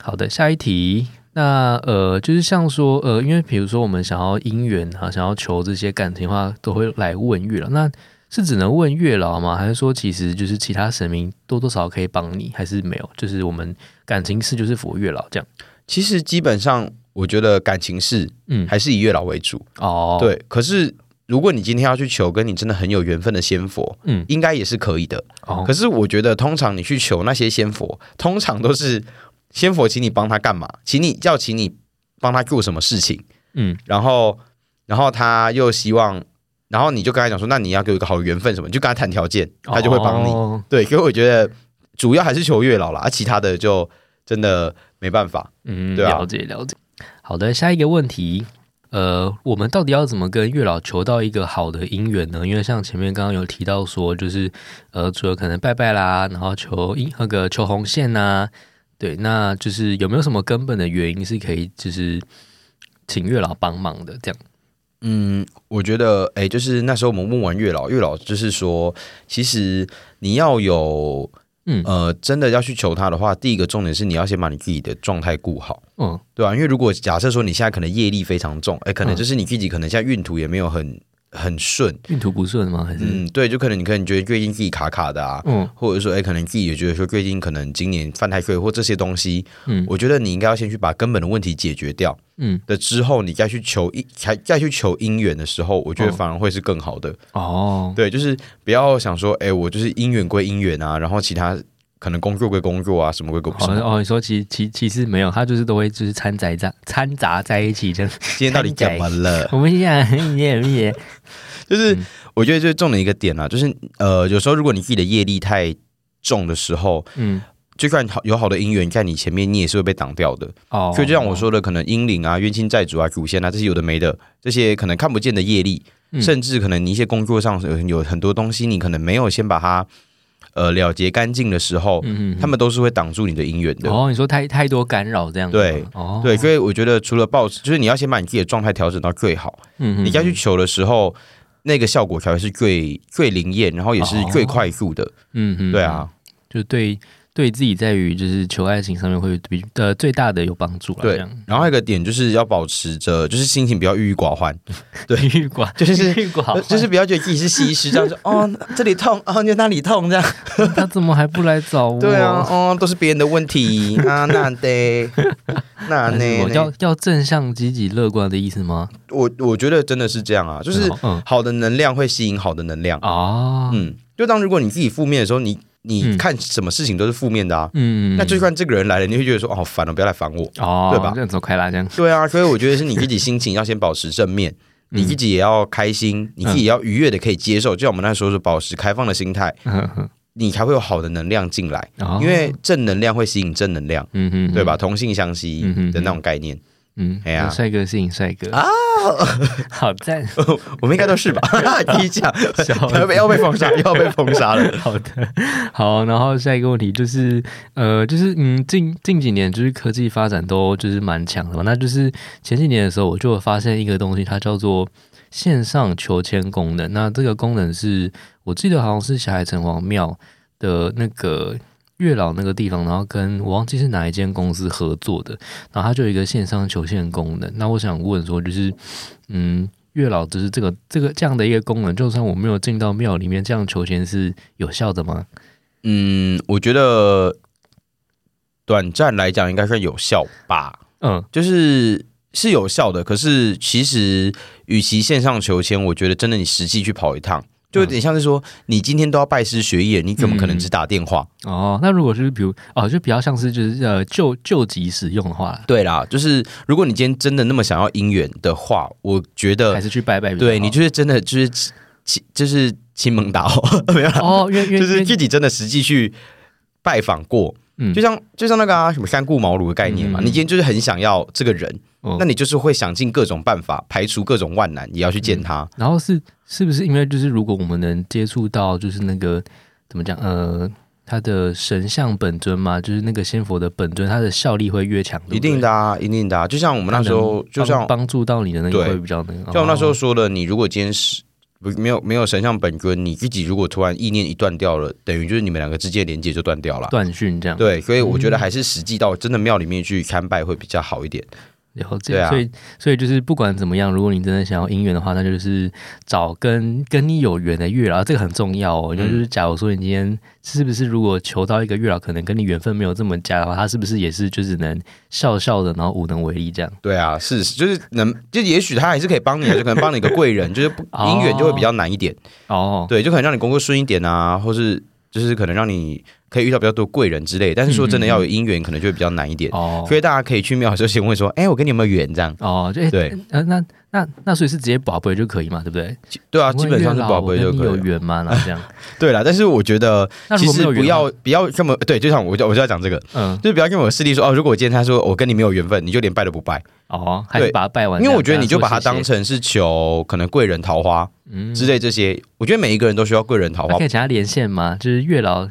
B: 好的，下一题。那呃，就是像说呃，因为比如说我们想要姻缘啊，想要求这些感情的话，都会来问月老。那是只能问月老吗？还是说其实就是其他神明多多少少可以帮你，还是没有？就是我们感情事就是佛月老这样。
A: 其实基本上，我觉得感情是
B: 嗯，
A: 还是以月老为主，
B: 哦，，
A: 对。可是如果你今天要去求跟你真的很有缘分的仙佛，
B: 嗯，
A: 应该也是可以的。
B: 哦
A: 可，是我觉得，通常你去求那些仙佛，通常都是仙佛请你帮他干嘛？请你要请你帮他做什么事情，
B: 嗯
A: 然后，然后他又希望，然后你就跟他讲说，那你要给我一个好的缘分什么，你就跟他谈条件，他就会帮你。
B: 哦
A: 对，所以我觉得主要还是求月老啦，啊、其他的就真的没办法。
B: 嗯，
A: 对啊
B: 了解了解。好的，下一个问题，呃，我们到底要怎么跟月老求到一个好的姻缘呢？因为像前面刚刚有提到说，就是呃，除了可能拜拜啦，然后求姻那个求红线呐、对，那就是有没有什么根本的原因是可以就是请月老帮忙的？这样，
A: 嗯，我觉得，哎，就是那时候我们问完月老，月老就是说，其实你要有，
B: 嗯
A: 呃，真的要去求他的话，第一个重点是你要先把你自己的状态顾好，
B: 嗯
A: 对吧、因为如果假设说你现在可能业力非常重，哎，可能
B: 嗯
A: 就是你自己可能现在运途也没有很很顺，
B: 运途不顺吗？还是嗯
A: 嗯，对，就可能你可能觉得最近自己卡卡的啊。
B: 嗯
A: 或者说，哎，可能自己也觉得说，最近可能今年犯太岁或这些东西，
B: 嗯
A: 我觉得你应该要先去把根本的问题解决掉，的之后，你再去求一才再去求姻缘的时候，我觉得
B: 嗯
A: 反而会是更好的。
B: 哦，
A: 对，就是不要想说，哎、我就是姻缘归姻缘啊，然后其他可能工作归工作啊，什么归工
B: 好
A: 作。
B: 哦，你说其其其实没有，他就是都会就是掺杂在掺杂在一起这样。 (laughs)
A: 今天到底怎么了？
B: 我们想很也也
A: 就是
B: 嗯
A: 我觉得最重的一个点啊，就是呃，有时候如果你自己的业力太重的时候，
B: 嗯
A: 就算好有好的姻缘在你前面，你也是会被挡掉的。
B: 哦，
A: 所以就像我说的，可能阴灵啊、冤亲债主啊、祖先啊，这些有的没的，这些可能看不见的业力，
B: 嗯
A: 甚至可能你一些工作上有有很多东西，你可能没有先把它呃了结干净的时候，
B: 嗯，嗯嗯
A: 他们都是会挡住你的姻缘的。
B: 哦，你说太太多干扰这样子吗
A: 对
B: 哦
A: 对，所以我觉得除了报，就是你要先把你自己的状态调整到最好，
B: 嗯
A: 你再去求的时候，那个效果才会是最最灵验，然后也是最快速的。
B: 嗯哦嗯
A: 对，啊，
B: 就对对自己在于就是求爱情上面会比呃最大的有帮助啦
A: 对
B: 这样
A: 然后还有一个点就是要保持着，就是心情不要郁郁寡欢，对
B: 遇过
A: (laughs) 就是
B: 遇过好，
A: 呃就是不要觉得自己是西施这样说，哦，这里痛，哦，就那里痛这样。
B: (laughs) 他怎么还不来找我？
A: 对啊，，哦，都是别人的问题啊，
B: (laughs)
A: 那得，啊那
B: 那是
A: 呢
B: 我？要要正向、积极、乐观的意思吗？
A: 我我觉得真的是这样啊，就是
B: 嗯
A: 好的能量会吸引好的能量。
B: 啊嗯
A: 嗯，就当如果你自己负面的时候，你你
B: 嗯
A: 看什么事情都是负面的啊，
B: 嗯，
A: 那就
B: 嗯
A: 算这个人来了，你会觉得说，哦，好烦了，不要来烦我。
B: 哦，
A: 对吧
B: 这样走开啦，这样 (laughs)
A: 对啊，所以我觉得是你自己心情要先保持正面，
B: 嗯
A: 你自己也要开心，你自己也要愉悦的可以接受。就像我们那时候是保持开放的心态，你才会有好的能量进来，因为正能量会吸引正能量，
B: 哦嗯嗯
A: 对吧？？同性相吸
B: 嗯哼
A: 的那种概念。
B: 嗯，
A: 哎呀
B: 帅哥吸引帅哥啊， (laughs) 好赞，
A: 我们应该都是
B: (laughs)
A: 吧？ (laughs) 你讲，
B: 笑
A: (laughs) 要被要被
B: (laughs)
A: 封杀，要被封杀了。
B: 好的，好，然后下一个问题就是，呃，就是嗯，近近几年就是科技发展都就是蛮强的嘛，那就是前几年的时候，我就有发现一个东西，它叫做线上求签功能。那这个功能是我记得好像是霞海城隍庙的那个月老那个地方，然后跟我忘记是哪一间公司合作的，然后它就有一个线上求签功能。那我想问说，就是嗯。月老就是这个这个这样的一个功能，就算我没有进到庙里面，这样求签是有效的吗？
A: 嗯，我觉得短暂来讲应该算有效吧，
B: 嗯
A: 就是是有效的。可是其实，与其线上求签，我觉得真的你实际去跑一趟，就有点像是说，你今天都要拜师学艺了，你怎么
B: 嗯
A: 可能只打电话？
B: 哦，那如果是比如哦，就比较像是就是呃救救急使用的话啦，
A: 对啦，就是如果你今天真的那么想要姻缘的话，我觉
B: 还
A: 得
B: 是去拜拜比较好。
A: 呃对你就是真的就是亲就是亲蒙打哦， (laughs) 没有啦，
B: 哦，因为因为
A: 就是
B: 因为
A: 自己真的实际去拜访过，
B: 嗯
A: 就像就像那个啊什么三顾茅庐的概念嘛，
B: 嗯嗯嗯
A: 你今天就是很想要这个人，
B: 哦
A: 那你就是会想尽各种办法排除各种万难，也要去见他。
B: 然后是是不是因为就是如果我们能接触到就是那个怎么讲呃他的神像本尊嘛，就是那个仙佛的本尊，它的效力会越强，对不对
A: 一定的啊，一定的啊，就像我们那时候，就
B: 它能帮
A: 像
B: 帮助到你的那个
A: 对
B: 会比较那个，
A: 像我那时
B: 哦
A: 候说的，你如果今天是不没有没有神像本尊，你自己如果突然意念一断掉了，等于就是你们两个之间的连接就断掉了。
B: 断嗯讯这样，
A: 对，所以我觉得还是实际到真的庙里面去参拜会比较好一点。
B: 了解，
A: 对啊
B: 所以所以就是不管怎么样，如果你真的想要姻缘的话，那就是找跟跟你有缘的月老，这个很重要哦。因为
A: 嗯
B: 就是假如说你今天是不是如果求到一个月老，可能跟你缘分没有这么佳的话，他是不是也是就只能笑笑的，然后无能为力这样？
A: 对啊，是就是能，就也许他还是可以帮你，就可能帮你一个贵人， (laughs) 就是不
B: 哦
A: 姻缘就会比较难一点。
B: 哦，
A: 对，就可能让你工作顺一点啊，或是就是可能让你可以遇到比较多贵人之类。但是说真的，要有姻缘，可能就会比较难一点。
B: 哦
A: 所以大家可以去庙的时候先问说：“哎、我跟你有没有缘？”这样
B: 哦，就哎，
A: 对
B: 呃，那那那所以是直接宝贝就可以嘛，对不对？
A: 对啊，
B: 请
A: 基
B: 问
A: 本上是
B: 月老
A: 宝贝就
B: 我跟你
A: 可以
B: 有
A: 了。
B: 缘吗？然后
A: (laughs)
B: 这样，
A: 对啦，但是我觉得
B: 那如
A: 其
B: 果没
A: 实
B: 有缘
A: 不
B: 的话
A: 要不要这么对，就像我就我就要讲 (laughs) 这个，
B: 嗯
A: 就是不要跟我的师弟说哦，如果我今天他说我跟你没有缘分，你就连拜都不拜，
B: 哦，还是
A: 对
B: 把它拜完这样，
A: 因为我觉得你就把它
B: 跟说
A: 当
B: 谢谢
A: 成是求可能贵人桃花
B: 嗯
A: 之类这些，我觉得每一个人都需要贵人桃
B: 那
A: 花
B: 可，以请他连线吗？就是月老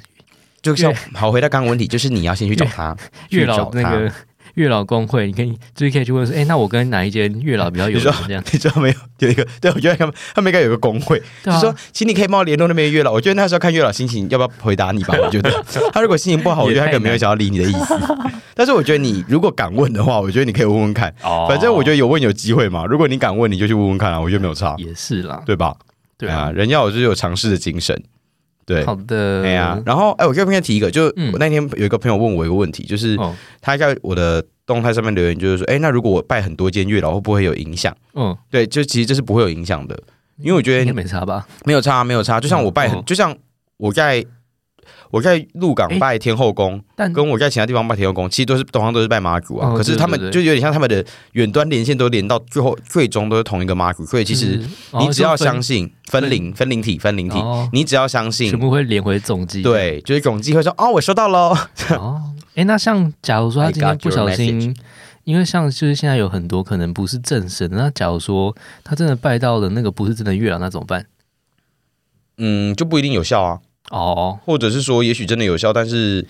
A: 就像好回到刚刚问题，就是你要先去找他，去
B: 月
A: 找
B: 老那
A: 他。
B: 个 (laughs) 月老工会，你可以就是可以去问说，哎、那我跟哪一间月老比较有
A: (laughs) 你说
B: 缘？这样
A: (laughs) 你知道没有？有一个， (laughs) 对我觉得他们他们应该有个工会，
B: 对啊
A: 就说，请你可以帮我联络那边的月老。我觉得那时候看月老心情，要不要回答你吧？我觉
B: (laughs)
A: 得他如果心情不好，我觉得他可能没有想要理你的意思。但是我觉得你如果敢问的话，我觉得你可以问问看。
B: 哦
A: 反正我觉得有问有机会嘛。如果你敢问，你就去问问看啊，我觉得没有差，
B: 哦也是啦，
A: 对吧？
B: 对
A: 哎呀
B: 啊，
A: 人要有就是有尝试的精神，对。
B: 好的，
A: 哎呀，然后哎，我这边提一个，就
B: 嗯
A: 我那天有一个朋友问我一个问题，就是
B: 哦，
A: 他在我的动态上面留言，就是说，哎，那如果我拜很多间月老，会不会有影响？
B: 嗯，
A: 对，就其实这是不会有影响的，因为我觉
B: 应
A: 得
B: 该没差吧？
A: 没有差，没有差。就像我拜
B: 嗯嗯哦，哎
A: 就像我在我在鹿港拜天后宫，
B: 但
A: 跟我在其他地方拜天后宫，其实都是同样都是拜妈祖啊。
B: 嗯哦
A: 可是
B: 对
A: 他们
B: 对对
A: 就有点像他们的远端连线都连到最后，最终都是同一个妈祖，所以其实
B: 就是哦
A: 你只要相
B: 就
A: 信分灵、分灵体、分灵
B: 分
A: 体，
B: 哦，
A: 你只要相信
B: 全，部会连回总计。
A: 对，就是总计会说哦，我收到喽。
B: 哦，哎、那像假如说他
A: I
B: 今天
A: got
B: 不
A: your
B: 小心，因为像就是现在有很多可能不是正神的，那假如说他真的拜到了那个不是真的月老，那怎么办？
A: 嗯，就不一定有效啊，
B: 哦，
A: 或者是说，也许真的有效，但是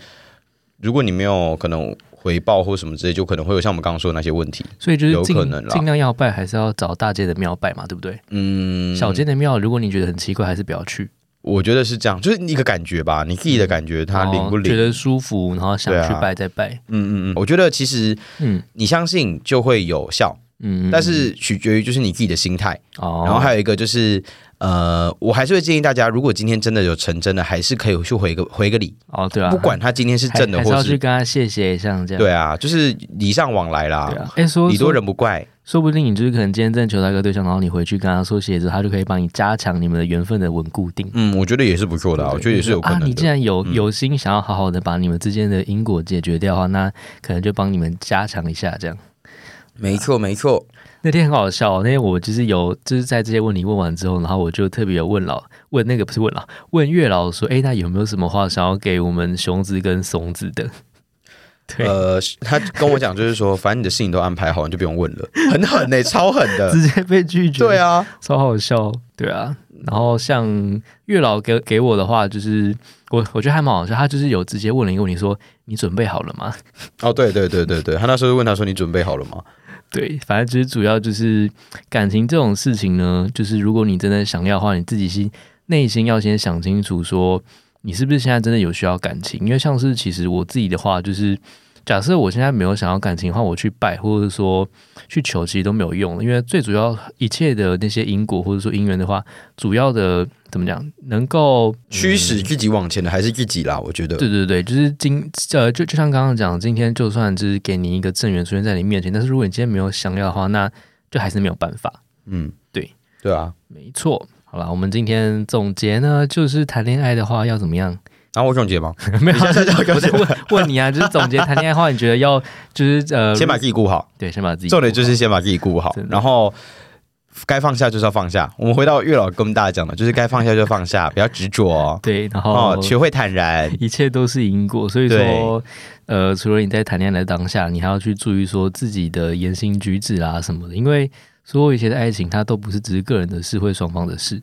A: 如果你没有可能回报或什么之类，就可能会有像我们刚刚说的那些问题。
B: 所以就是
A: 有
B: 尽
A: 可能啦
B: 尽量要拜，还是要找大街的庙拜嘛，对不对？
A: 嗯，
B: 小间的庙，如果你觉得很奇怪，还是不要去。
A: 我觉得是这样，就是一个感觉吧，你自己的感觉，它灵不
B: 哦觉
A: 灵？
B: 得舒服，然后想
A: 对啊
B: 去拜再拜。
A: 嗯嗯嗯，我觉得其实
B: 嗯
A: 你相信就会有效，
B: 嗯，
A: 但是取决于就是你自己的心态。
B: 哦，
A: 然后还有一个就是，呃，我还是会建议大家，如果今天真的有成真的，还是可以去回个回个礼，
B: 哦对啊，
A: 不管他今天是
B: 是
A: 正的
B: 还是要
A: 或
B: 去
A: 是
B: 跟他谢谢一下这样。
A: 对啊，就是礼尚往来啦
B: 对，啊，哎说
A: 礼多
B: 说
A: 人不怪。
B: 说不定你就是可能今天正求到一个对象，然后你回去跟他说谢谢之后，他就可以帮你加强你们的缘分的稳固定。
A: 嗯，我觉得也是不错的啊，
B: 对
A: 我觉得也是有可
B: 啊，你
A: 能
B: 既
A: 的。
B: 然有有心想要好好的把你们之间的因果解决掉的话，那可能就帮你们加强一下这样。
A: 没错，没错。
B: 那天很好笑哦、那天我就是有就是在这些问题问完之后，然后我就特别有问老问那个不是问老问月老说，哎、那有没有什么话想要给我们熊子跟怂子的？ (laughs) 对，
A: 呃，他跟我讲就是说，反正你的事情都安排好，你就不用问了，很狠呢、超狠的。
B: 直接被拒绝，
A: 对，啊，
B: 超好笑，对啊。然后像月老给给我的话，就是我我觉得还蛮好笑，他就是有直接问了一个问题说，你准备好了吗？
A: 哦，对对对对对，他那时候就问他说：“你准备好了吗
B: 对，反正就是主要就是感情这种事情呢，就是如果你真的想要的话，你自己心内心要先想清楚，说你是不是现在真的有需要感情。因为像是其实我自己的话，就是假设我现在没有想要感情的话，我去拜或者说去求，其实都没有用的。因为最主要一切的那些因果或者说因缘的话，主要的怎么讲，能够？”
A: 驱使自己往前的还是自己啦，我觉得。
B: 对对对，就是今呃，就就像刚刚讲，今天就算就是给你一个正缘出现在你面前，但是如果你今天没有想要的话，那就还是没有办法。
A: 嗯，
B: 对
A: 对啊，
B: 没错，好啦，我们今天总结呢，就是谈恋爱的话要怎么
A: (laughs)
B: 样？
A: 然后我总结吗？
B: 没有，
A: 你现在要
B: 我
A: 告
B: 在
A: 诉我
B: 问 (laughs) 问你啊，就是总结谈恋爱的话，你觉得要就是呃，
A: 先把自己顾好，
B: 对，先把自己
A: 重点就是
B: 顾
A: 先把自己顾好
B: 真，的
A: 然后该放下就是要放下。我们回到月老跟大家讲的，就是该放下就放下，不要执着哦
B: 好对，然后
A: 哦，学会坦然。
B: 一切都是因果，所以说，呃，除了你在谈恋爱的当下，你还要去注意说自己的言行举止啊什么的，因为所有一切的爱情，它都不是只是个人的事，会双方的事。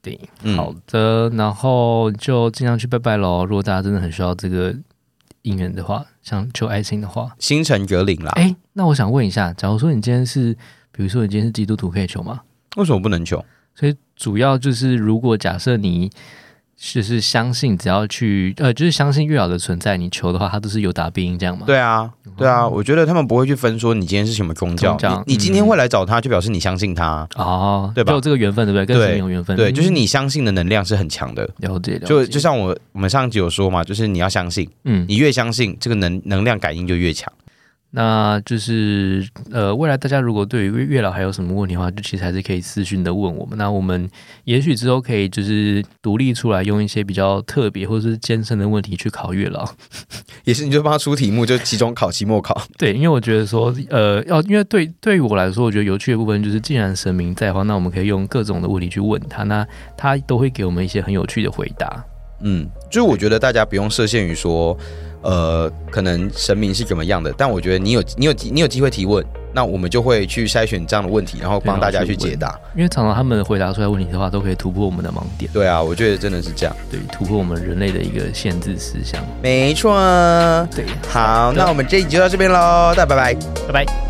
B: 对，
A: 嗯
B: 好的，然后就尽量去拜拜喽。如果大家真的很需要这个姻缘的话，想求爱情的话，
A: 心诚则灵啦。
B: 哎、那我想问一下，假如说你今天是，比如说你今天是基督徒，可以求吗？
A: 为什么不能求？
B: 所以主要就是，如果假设你就是相信，只要去呃，就是相信月老的存在，你求的话，他都是有答必应，这样嘛？
A: 对啊，对啊，我觉得他们不会去分说你今天是什么宗教
B: 宗教，
A: 你你今天会来找他，就表示你相信他。
B: 哦，
A: 对吧
B: 就有这个缘分，对不对？跟
A: 对
B: 神明有缘分，
A: 对，
B: 嗯
A: 就是你相信的能量是很强的。
B: 了解，了解
A: 就就像我我们上集有说嘛，就是你要相信，
B: 嗯，
A: 你越相信，这个能能量感应就越强。
B: 那就是呃，未来大家如果对于月老还有什么问题的话，就其实还是可以私讯的问我们。那我们也许之后可以就是独立出来，用一些比较特别或者是艰深的问题去考月老。
A: 也是，你就帮他出题目，就期中考、期末考。
B: 对，因为我觉得说，呃，要因为对对于我来说，我觉得有趣的部分就是，既然神明在的话，那我们可以用各种的问题去问他，那他都会给我们一些很有趣的回答。
A: 嗯，就是我觉得大家不用设限于说，呃，可能神明是怎么样的，但我觉得你有你有你有机会提问，那我们就会去筛选这样的问题，然后帮大家啊去解答。
B: 因为常常他们回答出来的问题的话，都可以突破我们的盲点，
A: 对啊，我觉得真的是这样，
B: 对，突破我们人类的一个限制思想。
A: 没错。
B: 对，
A: 好，那我们这一集就到这边喽，大家拜拜。
B: 拜拜。